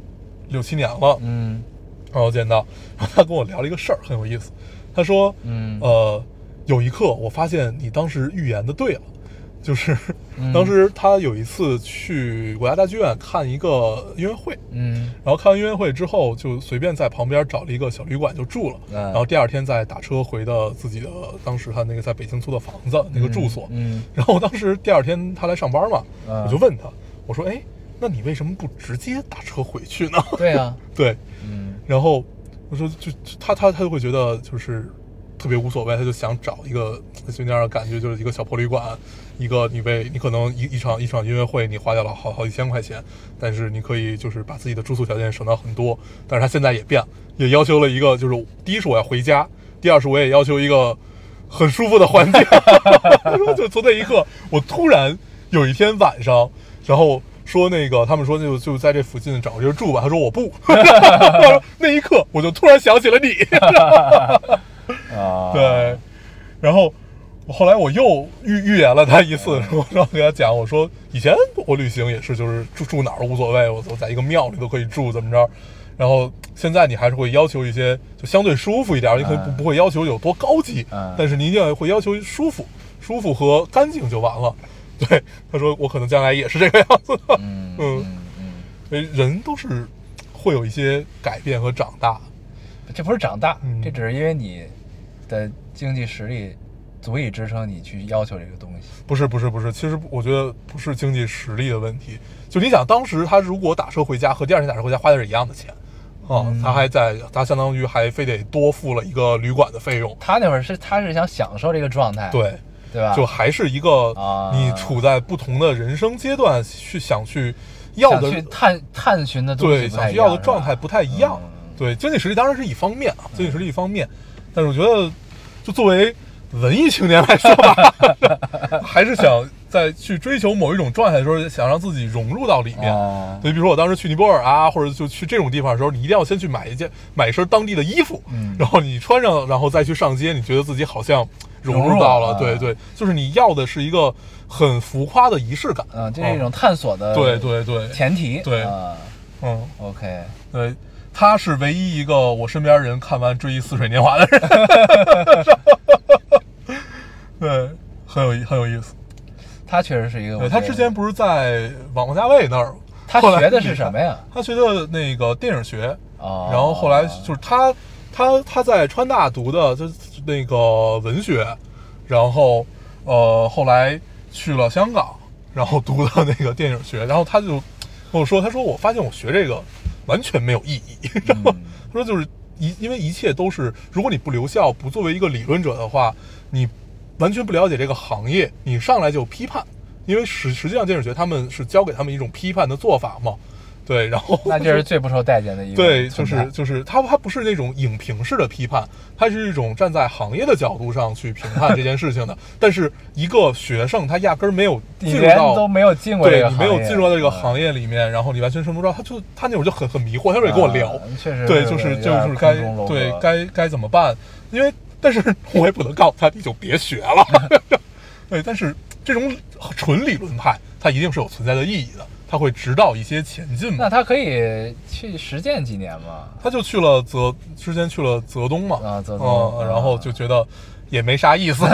Speaker 2: 六七年了，
Speaker 1: 嗯
Speaker 2: 然后见到，然后他跟我聊了一个事儿，很有意思。他说，
Speaker 1: 嗯
Speaker 2: 呃，有一刻我发现你当时预言的对了，就是
Speaker 1: 嗯
Speaker 2: 当时他有一次去国家大剧院看一个音乐会，
Speaker 1: 嗯
Speaker 2: 然后看完音乐会之后就随便在旁边找了一个小旅馆就住了，
Speaker 1: 嗯
Speaker 2: 然后第二天再打车回到自己的当时他那个在北京租的房子那个住所，
Speaker 1: 嗯
Speaker 2: 然后当时第二天他来上班嘛，
Speaker 1: 嗯
Speaker 2: 我就问他，我说，哎， 那你为什么不直接打车回去呢？
Speaker 1: 对啊，
Speaker 2: 对，
Speaker 1: 嗯
Speaker 2: 然后我说就就他他他就会觉得就是特别无所谓，他就想找一个就那样的感觉，就是一个小破旅馆，一个你被你可能一一场一场音乐会你花掉了好好几千块钱，但是你可以就是把自己的住宿条件省到很多。但是他现在也变了，也要求了一个就是第一是我要回家，第二是我也要求一个很舒服的环境。他说就从那一刻，我突然有一天晚上，然后说那个他们说就就在这附近找个地儿住吧，他说我不， 那一刻我就突然想起了你，
Speaker 1: 啊，
Speaker 2: 对，然后我后来我又预预言了他一次，我然后给他讲，我说以前我旅行也是就是住住哪儿无所谓，我我在一个庙里都可以住怎么着，然后现在你还是会要求一些就相对舒服一点，你可能不
Speaker 1: 嗯
Speaker 2: 不会要求有多高级
Speaker 1: 嗯，
Speaker 2: 但是你一定会要求舒服，舒服和干净就完了。 对，他说我可能将来也是这个样子的，
Speaker 1: 嗯
Speaker 2: 嗯
Speaker 1: 嗯嗯，
Speaker 2: 所以人都是会有一些改变和长大，
Speaker 1: 这不是长大
Speaker 2: 嗯，
Speaker 1: 这只是因为你的经济实力足以支撑你去要求这个东西。
Speaker 2: 不是不是不是，其实我觉得不是经济实力的问题。就你想，当时他如果打车回家和第二天打车回家花的是一样的钱，啊，
Speaker 1: 嗯
Speaker 2: 他还在，他相当于还非得多付了一个旅馆的费用。
Speaker 1: 他那会儿是他是想享受这个状态，
Speaker 2: 对，
Speaker 1: 对吧？
Speaker 2: 就还是一个
Speaker 1: 啊
Speaker 2: 你处在不同的人生阶段去想去要
Speaker 1: 想
Speaker 2: 的
Speaker 1: 去探探寻的东西
Speaker 2: 对
Speaker 1: 不
Speaker 2: 想
Speaker 1: 太
Speaker 2: 去
Speaker 1: 一样
Speaker 2: 要的状态
Speaker 1: 是吧
Speaker 2: 不太一样
Speaker 1: 嗯。
Speaker 2: 对，经济实力当然是一方面啊，经济实力一方面，但是我觉得，就作为文艺青年来说吧， 还是想在去追求某一种状态的时候，想让自己融入到里面。
Speaker 1: 哦
Speaker 2: 所以，比如说我当时去尼泊尔啊，或者就去这种地方的时候，你一定要先去买一件买一身当地的衣服，
Speaker 1: 嗯
Speaker 2: 然后你穿上，然后再去上街，你觉得自己好像融
Speaker 1: 融
Speaker 2: 入
Speaker 1: 入
Speaker 2: 到了。
Speaker 1: 了嗯
Speaker 2: 对对，就是你要的是一个很浮夸的仪式感。
Speaker 1: 嗯，这是一种探索的
Speaker 2: 哦对对对，
Speaker 1: 前提，
Speaker 2: 对
Speaker 1: 啊
Speaker 2: 嗯。
Speaker 1: ，OK，
Speaker 2: 对，呃他是唯一一个我身边人看完《追忆似水年华》的人。对，很有意很有意思。
Speaker 1: 他确实是一个我
Speaker 2: 对
Speaker 1: 觉得，
Speaker 2: 他之前不是在王家卫那儿，
Speaker 1: 他
Speaker 2: 后来
Speaker 1: 学的是什么呀？
Speaker 2: 他学的那个电影学，
Speaker 1: 哦
Speaker 2: 然后后来就是他他他在川大读的就是那个文学，然后呃后来去了香港，然后读的那个电影学，然后他就跟我说，他说我发现我学这个完全没有意义，然后
Speaker 1: 嗯
Speaker 2: 他说就是一因为一切都是，如果你不留校，不作为一个理论者的话，你完全不了解这个行业，你上来就批判，因为实实际上电影学他们是教给他们一种批判的做法嘛。对，然后
Speaker 1: 那就是最不受待见的一个
Speaker 2: 对，就
Speaker 1: 存在
Speaker 2: 是就是它它不是那种影评式的批判，它是一种站在行业的角度上去评判这件事情的。但是一个学生他压根儿没有
Speaker 1: 你
Speaker 2: 进入
Speaker 1: 连
Speaker 2: 到
Speaker 1: 都没有进过这
Speaker 2: 对
Speaker 1: 个
Speaker 2: 你
Speaker 1: 行
Speaker 2: 没
Speaker 1: 业，嗯
Speaker 2: 有进入到这个行
Speaker 1: 业，
Speaker 2: 业里面，然后你完全什么不知道，他就他那会儿就很很迷惑，他就得跟我聊，
Speaker 1: 啊确实
Speaker 2: 对，
Speaker 1: 是
Speaker 2: 就是
Speaker 1: 有
Speaker 2: 就
Speaker 1: 点
Speaker 2: 是
Speaker 1: 空
Speaker 2: 该
Speaker 1: 中楼
Speaker 2: 对
Speaker 1: 阁
Speaker 2: 该该怎么办？因为但是我也不能告诉他你就别学了， 对，但是这种纯理论派，它一定是有存在的意义的，它会指导一些前进嘛
Speaker 1: 那。他可以去实践几年嘛？
Speaker 2: 他就去了泽，之前去了泽东嘛，
Speaker 1: 啊泽东
Speaker 2: 嗯，
Speaker 1: 啊
Speaker 2: 然后就觉得也没啥 意思，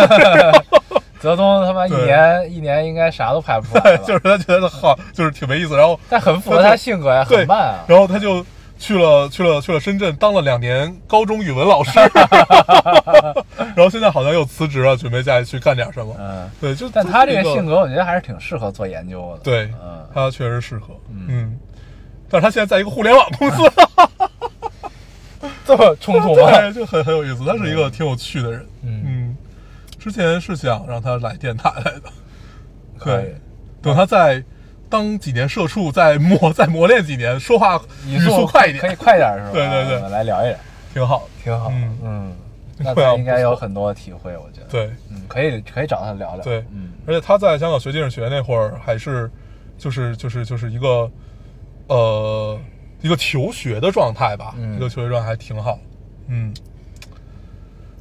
Speaker 1: 泽东他妈一
Speaker 2: 对
Speaker 1: 年一年应该啥都拍不出来了，
Speaker 2: 就是他觉得好，就是挺没意思，然后
Speaker 1: 但很符合他性格呀，
Speaker 2: 对
Speaker 1: 很慢啊。
Speaker 2: 然后他就去了去了去了深圳，当了两年高中语文老 师，然后现在好像又辞职了，准备再去干点什么。
Speaker 1: 嗯，
Speaker 2: 对，就
Speaker 1: 但他这个
Speaker 2: 就
Speaker 1: 性格，我觉得还是挺适合做研究的。
Speaker 2: 对啊
Speaker 1: 嗯，
Speaker 2: 他确实适合，嗯，但是他现在在一个互联网公司，
Speaker 1: 这么冲突啊吗？
Speaker 2: 对，就很很有意思，他是一个挺有趣的人，
Speaker 1: 嗯
Speaker 2: 嗯，之前是想让他来电台来的，
Speaker 1: 可以
Speaker 2: 对，等他再当几年社畜，再磨再磨练几年，说话语速快一
Speaker 1: 可以
Speaker 2: 点，
Speaker 1: 快一点是吧？
Speaker 2: 对对对
Speaker 1: 嗯来聊一聊，
Speaker 2: 挺好的。
Speaker 1: 挺好。
Speaker 2: 嗯
Speaker 1: 嗯，那
Speaker 2: 会啊
Speaker 1: 他应该有
Speaker 2: 不错
Speaker 1: 很多体会，我觉得。，
Speaker 2: 对
Speaker 1: 嗯，可以可以找他聊聊。
Speaker 2: 对，
Speaker 1: 嗯，
Speaker 2: 而且他在香港学电影学那会儿，还是就是就是就是一个呃一个求学的状态吧，
Speaker 1: 嗯
Speaker 2: 一个求学状态还挺好。嗯，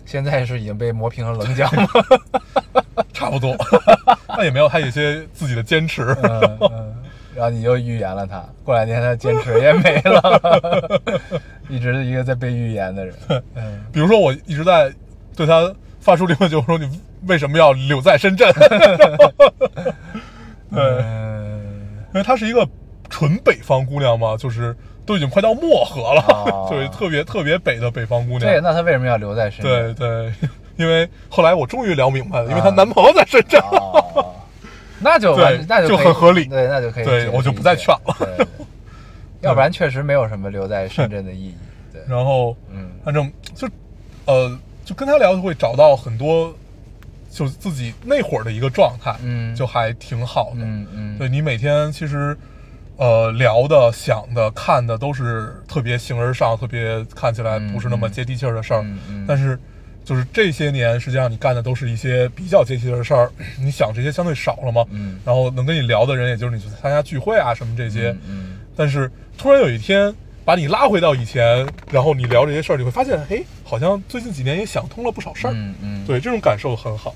Speaker 1: 现在是已经被磨平了棱角 吗？
Speaker 2: 差不多， 那也没有，他有一些自己的坚持。
Speaker 1: 嗯嗯， 然后你又预言了他，过两天他坚持也没了， 一直是一个在被预言的人。嗯，
Speaker 2: 比如说，我一直在对他发出疑问，就是说你为什么要留在深圳？对，
Speaker 1: 嗯
Speaker 2: 因为她是一个纯北方姑娘嘛，就是都已经快到漠河了，
Speaker 1: 哦
Speaker 2: 就是特别特别北的北方姑娘。
Speaker 1: 对，那他为什么要留在深
Speaker 2: 对
Speaker 1: 圳？
Speaker 2: 对，因为后来我终于聊明白了，因为
Speaker 1: 啊
Speaker 2: 她男朋友在深圳。
Speaker 1: 哦，那就完
Speaker 2: 对
Speaker 1: 那
Speaker 2: 就
Speaker 1: 可以
Speaker 2: 很合理
Speaker 1: 对，那就可以
Speaker 2: 对
Speaker 1: 解释
Speaker 2: 我就
Speaker 1: 一
Speaker 2: 不再
Speaker 1: 切
Speaker 2: 劝了。
Speaker 1: 对对对要不然确实没有什么留在深圳的意义。对，
Speaker 2: 然后
Speaker 1: 嗯，
Speaker 2: 反正就呃，就跟他聊就会找到很多，就自己那会儿的一个状态，
Speaker 1: 嗯
Speaker 2: 就还挺好的。
Speaker 1: 嗯嗯，
Speaker 2: 对你每天其实，呃，聊的、想的、看的都是特别形而上、特别看起来不是那么
Speaker 1: 嗯嗯
Speaker 2: 接地气儿的事儿，
Speaker 1: 嗯嗯
Speaker 2: 但是就是这些年，实际上你干的都是一些比较接地气儿的事儿，你想这些相对少了嘛，
Speaker 1: 嗯
Speaker 2: 然后能跟你聊的人，也就是你去参加聚会啊什么这些，
Speaker 1: 嗯
Speaker 2: 但是突然有一天把你拉回到以前，然后你聊这些事儿，你会发现，哎，好像最近几年也想通了不少事儿，
Speaker 1: 嗯嗯，
Speaker 2: 对，这种感受很好，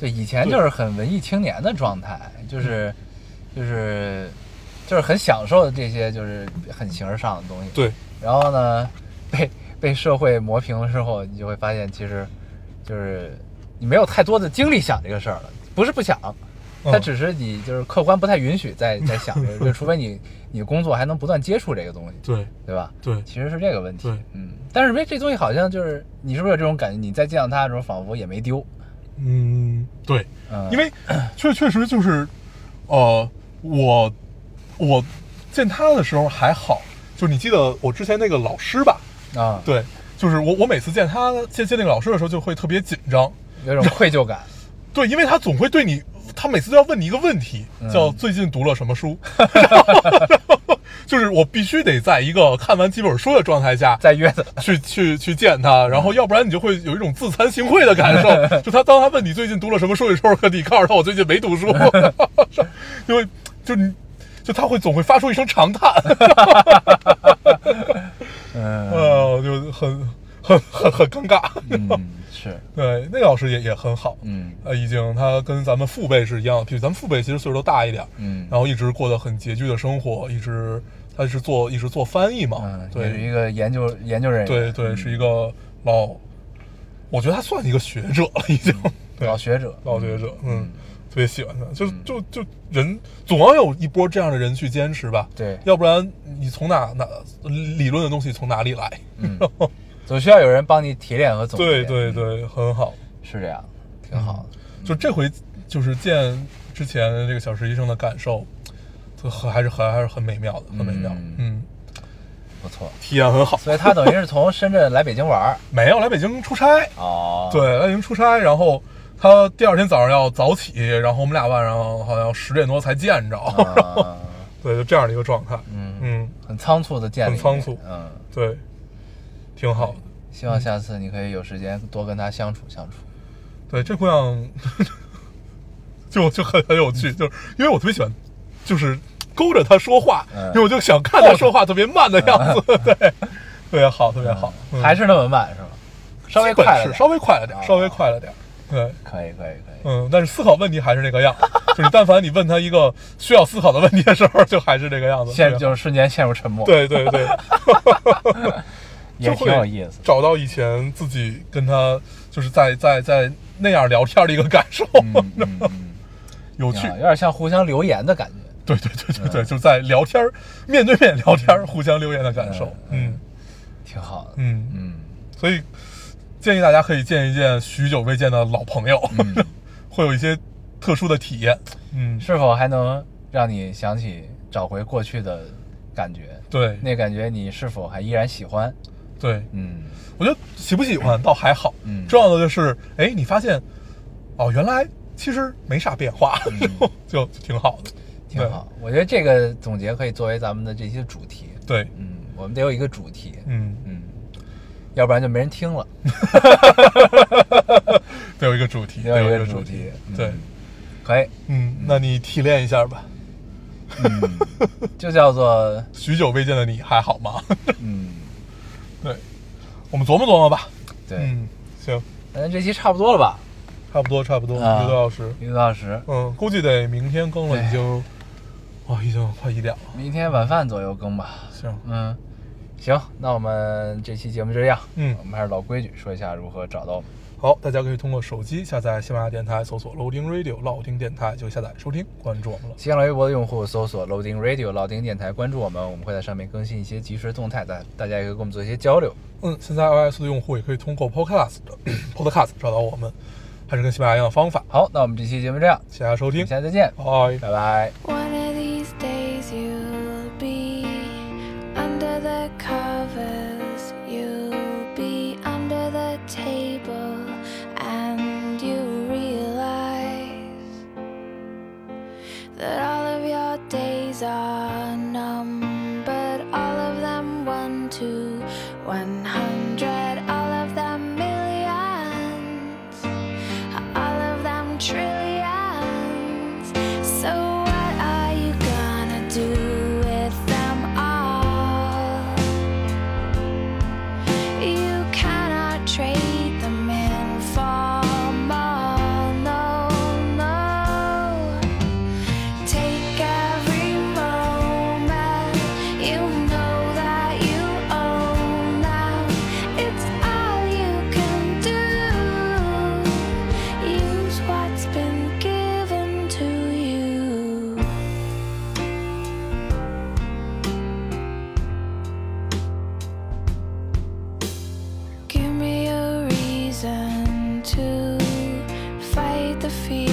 Speaker 1: 对，以前就是很文艺青年的状态，
Speaker 2: 嗯
Speaker 1: 就是就是就是很享受这些就是很形而上的东西。，
Speaker 2: 对，
Speaker 1: 然后呢，被被社会磨平了之后，你就会发现其实就是你没有太多的精力想这个事儿了，不是不想。
Speaker 2: 嗯
Speaker 1: 它只是你就是客观不太允许 再再想这个，就除非你你工作还能不断接触这个东西，
Speaker 2: 对，
Speaker 1: 对吧？
Speaker 2: 对，
Speaker 1: 其实是这个问题
Speaker 2: 对。
Speaker 1: 嗯，但是没这东西好像就是你是不是有这种感觉？你再见到它的时候，仿佛也没丢。
Speaker 2: 嗯，对，
Speaker 1: 嗯，
Speaker 2: 因为确确实就是，呃，我我见他的时候还好，就是你记得我之前那个老师吧？
Speaker 1: 啊，
Speaker 2: 对，就是我我每次见他见见那个老师的时候就会特别紧张，
Speaker 1: 有种愧疚感。
Speaker 2: 对，因为他总会对你，他每次都要问你一个问题，叫最近读了什么书， 然后就是我必须得在一个看完几本书的状态下。
Speaker 1: 再约的，
Speaker 2: 去去去见他，然后要不然你就会有一种自惭形秽的感受。就他当他问你最近读了什么书的时候，你告诉他我最近没读书，因为就你就他会总会发出一声长叹，
Speaker 1: 嗯
Speaker 2: 呃，就很很很很尴尬。
Speaker 1: 嗯是，
Speaker 2: 对，那个老师也也很好，
Speaker 1: 嗯
Speaker 2: 呃，已经他跟咱们父辈是一样的，比咱们父辈其实岁数都大一点，
Speaker 1: 嗯，
Speaker 2: 然后一直过得很拮据的生活，一直他是做一直做翻译嘛，
Speaker 1: 嗯，也是
Speaker 2: 对
Speaker 1: 一个研究研究人员，
Speaker 2: 对对，是一个老，我觉得他算一个学者了已经，对
Speaker 1: 老学者，
Speaker 2: 老学者，嗯，特别喜欢他，就
Speaker 1: 嗯
Speaker 2: 就就人总要有一波这样的人去坚持吧，
Speaker 1: 对
Speaker 2: 要不然你从哪哪理论的东西从哪里来？
Speaker 1: 嗯，总需要有人帮你提炼和总结，
Speaker 2: 对对，对，很好，嗯
Speaker 1: 是这样，嗯挺好的，
Speaker 2: 就这回就是见之前这个小实习生的感受，就很还是很还是很美妙的，很美妙
Speaker 1: 嗯，
Speaker 2: 嗯，
Speaker 1: 不错。
Speaker 2: 体验很好。
Speaker 1: 所以他等于是从深圳来北京玩 儿，
Speaker 2: 没有来北京出差，
Speaker 1: 哦，，
Speaker 2: 对，来北京出差，然后他第二天早上要早起，然后我们俩晚上好像十点多才见着，
Speaker 1: 啊，
Speaker 2: 对，就这样的一个状态，
Speaker 1: 嗯，
Speaker 2: 嗯，
Speaker 1: 很仓促的建立，
Speaker 2: 很仓促
Speaker 1: 嗯，
Speaker 2: 对，挺好的。
Speaker 1: 希望下次你可以有时间多跟他相处相处，
Speaker 2: 对，这姑娘就就很很有趣，就是因为我特别喜欢，就是勾着她说话，
Speaker 1: 嗯
Speaker 2: 因为我就想看她说话特别慢的样子， 对，特别好，特别好，嗯
Speaker 1: 还是那么慢是吧？稍微
Speaker 2: 基本
Speaker 1: 快了
Speaker 2: 是
Speaker 1: 点
Speaker 2: 稍微快了点，
Speaker 1: 啊
Speaker 2: 稍微快了点，对。
Speaker 1: 可以可以可以，
Speaker 2: 嗯，但是思考问题还是那个样，就是但凡你问他一个需要思考的问题的时候，就还是这个样子。
Speaker 1: 陷就是瞬间陷入沉默，，
Speaker 2: 对对 对，
Speaker 1: 也
Speaker 2: 就
Speaker 1: 挺
Speaker 2: 会
Speaker 1: 有意思的，
Speaker 2: 找到以前自己跟他就是在在在那样聊天的一个感受，
Speaker 1: 嗯嗯嗯。
Speaker 2: 有
Speaker 1: 挺
Speaker 2: 趣
Speaker 1: 好。有点像互相留言的感觉。
Speaker 2: 对对对对对，就是在聊天儿，面对面聊天儿，互相留言的感受。嗯
Speaker 1: 挺好的。
Speaker 2: 嗯，
Speaker 1: 嗯
Speaker 2: 所以建议大家可以见一见许久未见的老朋友，
Speaker 1: 嗯，
Speaker 2: 会有一些特殊的体验。嗯，
Speaker 1: 是否还能让你想起找回过去的感觉？
Speaker 2: 对
Speaker 1: 那感觉你是否还依然喜欢？
Speaker 2: 对，
Speaker 1: 嗯
Speaker 2: 我觉得喜不喜欢倒还好，
Speaker 1: 嗯
Speaker 2: 重要的就是，哎，你发现，哦，原来其实没啥变化，然
Speaker 1: 嗯
Speaker 2: 后 就挺好的，
Speaker 1: 挺好。我觉得这个总结可以作为咱们的这些主题。
Speaker 2: 对。对，
Speaker 1: 嗯，我们得有一个主题。
Speaker 2: 嗯，
Speaker 1: 嗯，要不然就没人听了。
Speaker 2: 得有一个主题，
Speaker 1: 得有一
Speaker 2: 有
Speaker 1: 个
Speaker 2: 一个
Speaker 1: 主
Speaker 2: 题
Speaker 1: 题，嗯
Speaker 2: 对，
Speaker 1: 可以，
Speaker 2: 嗯，那你提炼一下吧。
Speaker 1: 嗯，就叫做
Speaker 2: 许久未见的你还好吗？
Speaker 1: 嗯，
Speaker 2: 对，我们琢磨琢磨吧。
Speaker 1: 对。
Speaker 2: 嗯，行，
Speaker 1: 咱这期差不多了吧？
Speaker 2: 差不多，差不多，一
Speaker 1: 啊
Speaker 2: 个多小时。
Speaker 1: 一个多小时，
Speaker 2: 嗯，估计得明天更了，
Speaker 1: 对
Speaker 2: 已经，哇，已经快一点了。
Speaker 1: 明天晚饭左右更吧。
Speaker 2: 行，
Speaker 1: 嗯，行，那我们这期节目就这样。
Speaker 2: 嗯
Speaker 1: 我们还是老规矩，说一下如何找到我们。
Speaker 2: 好，大家可以通过手机下载喜马拉雅电台，搜索 Loading Radio 老听电台，就下载收听，关注我们了。
Speaker 1: 新浪微博的用户搜索 Loading Radio 老丁电台，关注我们，我们会在上面更新一些即时动态，大大家也可以跟我们做一些交流。
Speaker 2: 嗯，现在 iOS 的用户也可以通过 Podcast 的 Podcast 找到我们，还是跟喜马拉雅一样的方法。
Speaker 1: 好，那我们这期节目这样，
Speaker 2: 谢谢大家收
Speaker 1: 我
Speaker 2: 听
Speaker 1: 们，下次再见，
Speaker 2: 拜。
Speaker 1: 拜拜。
Speaker 3: One of these days you'll be under the covers, you'll be
Speaker 4: defeat.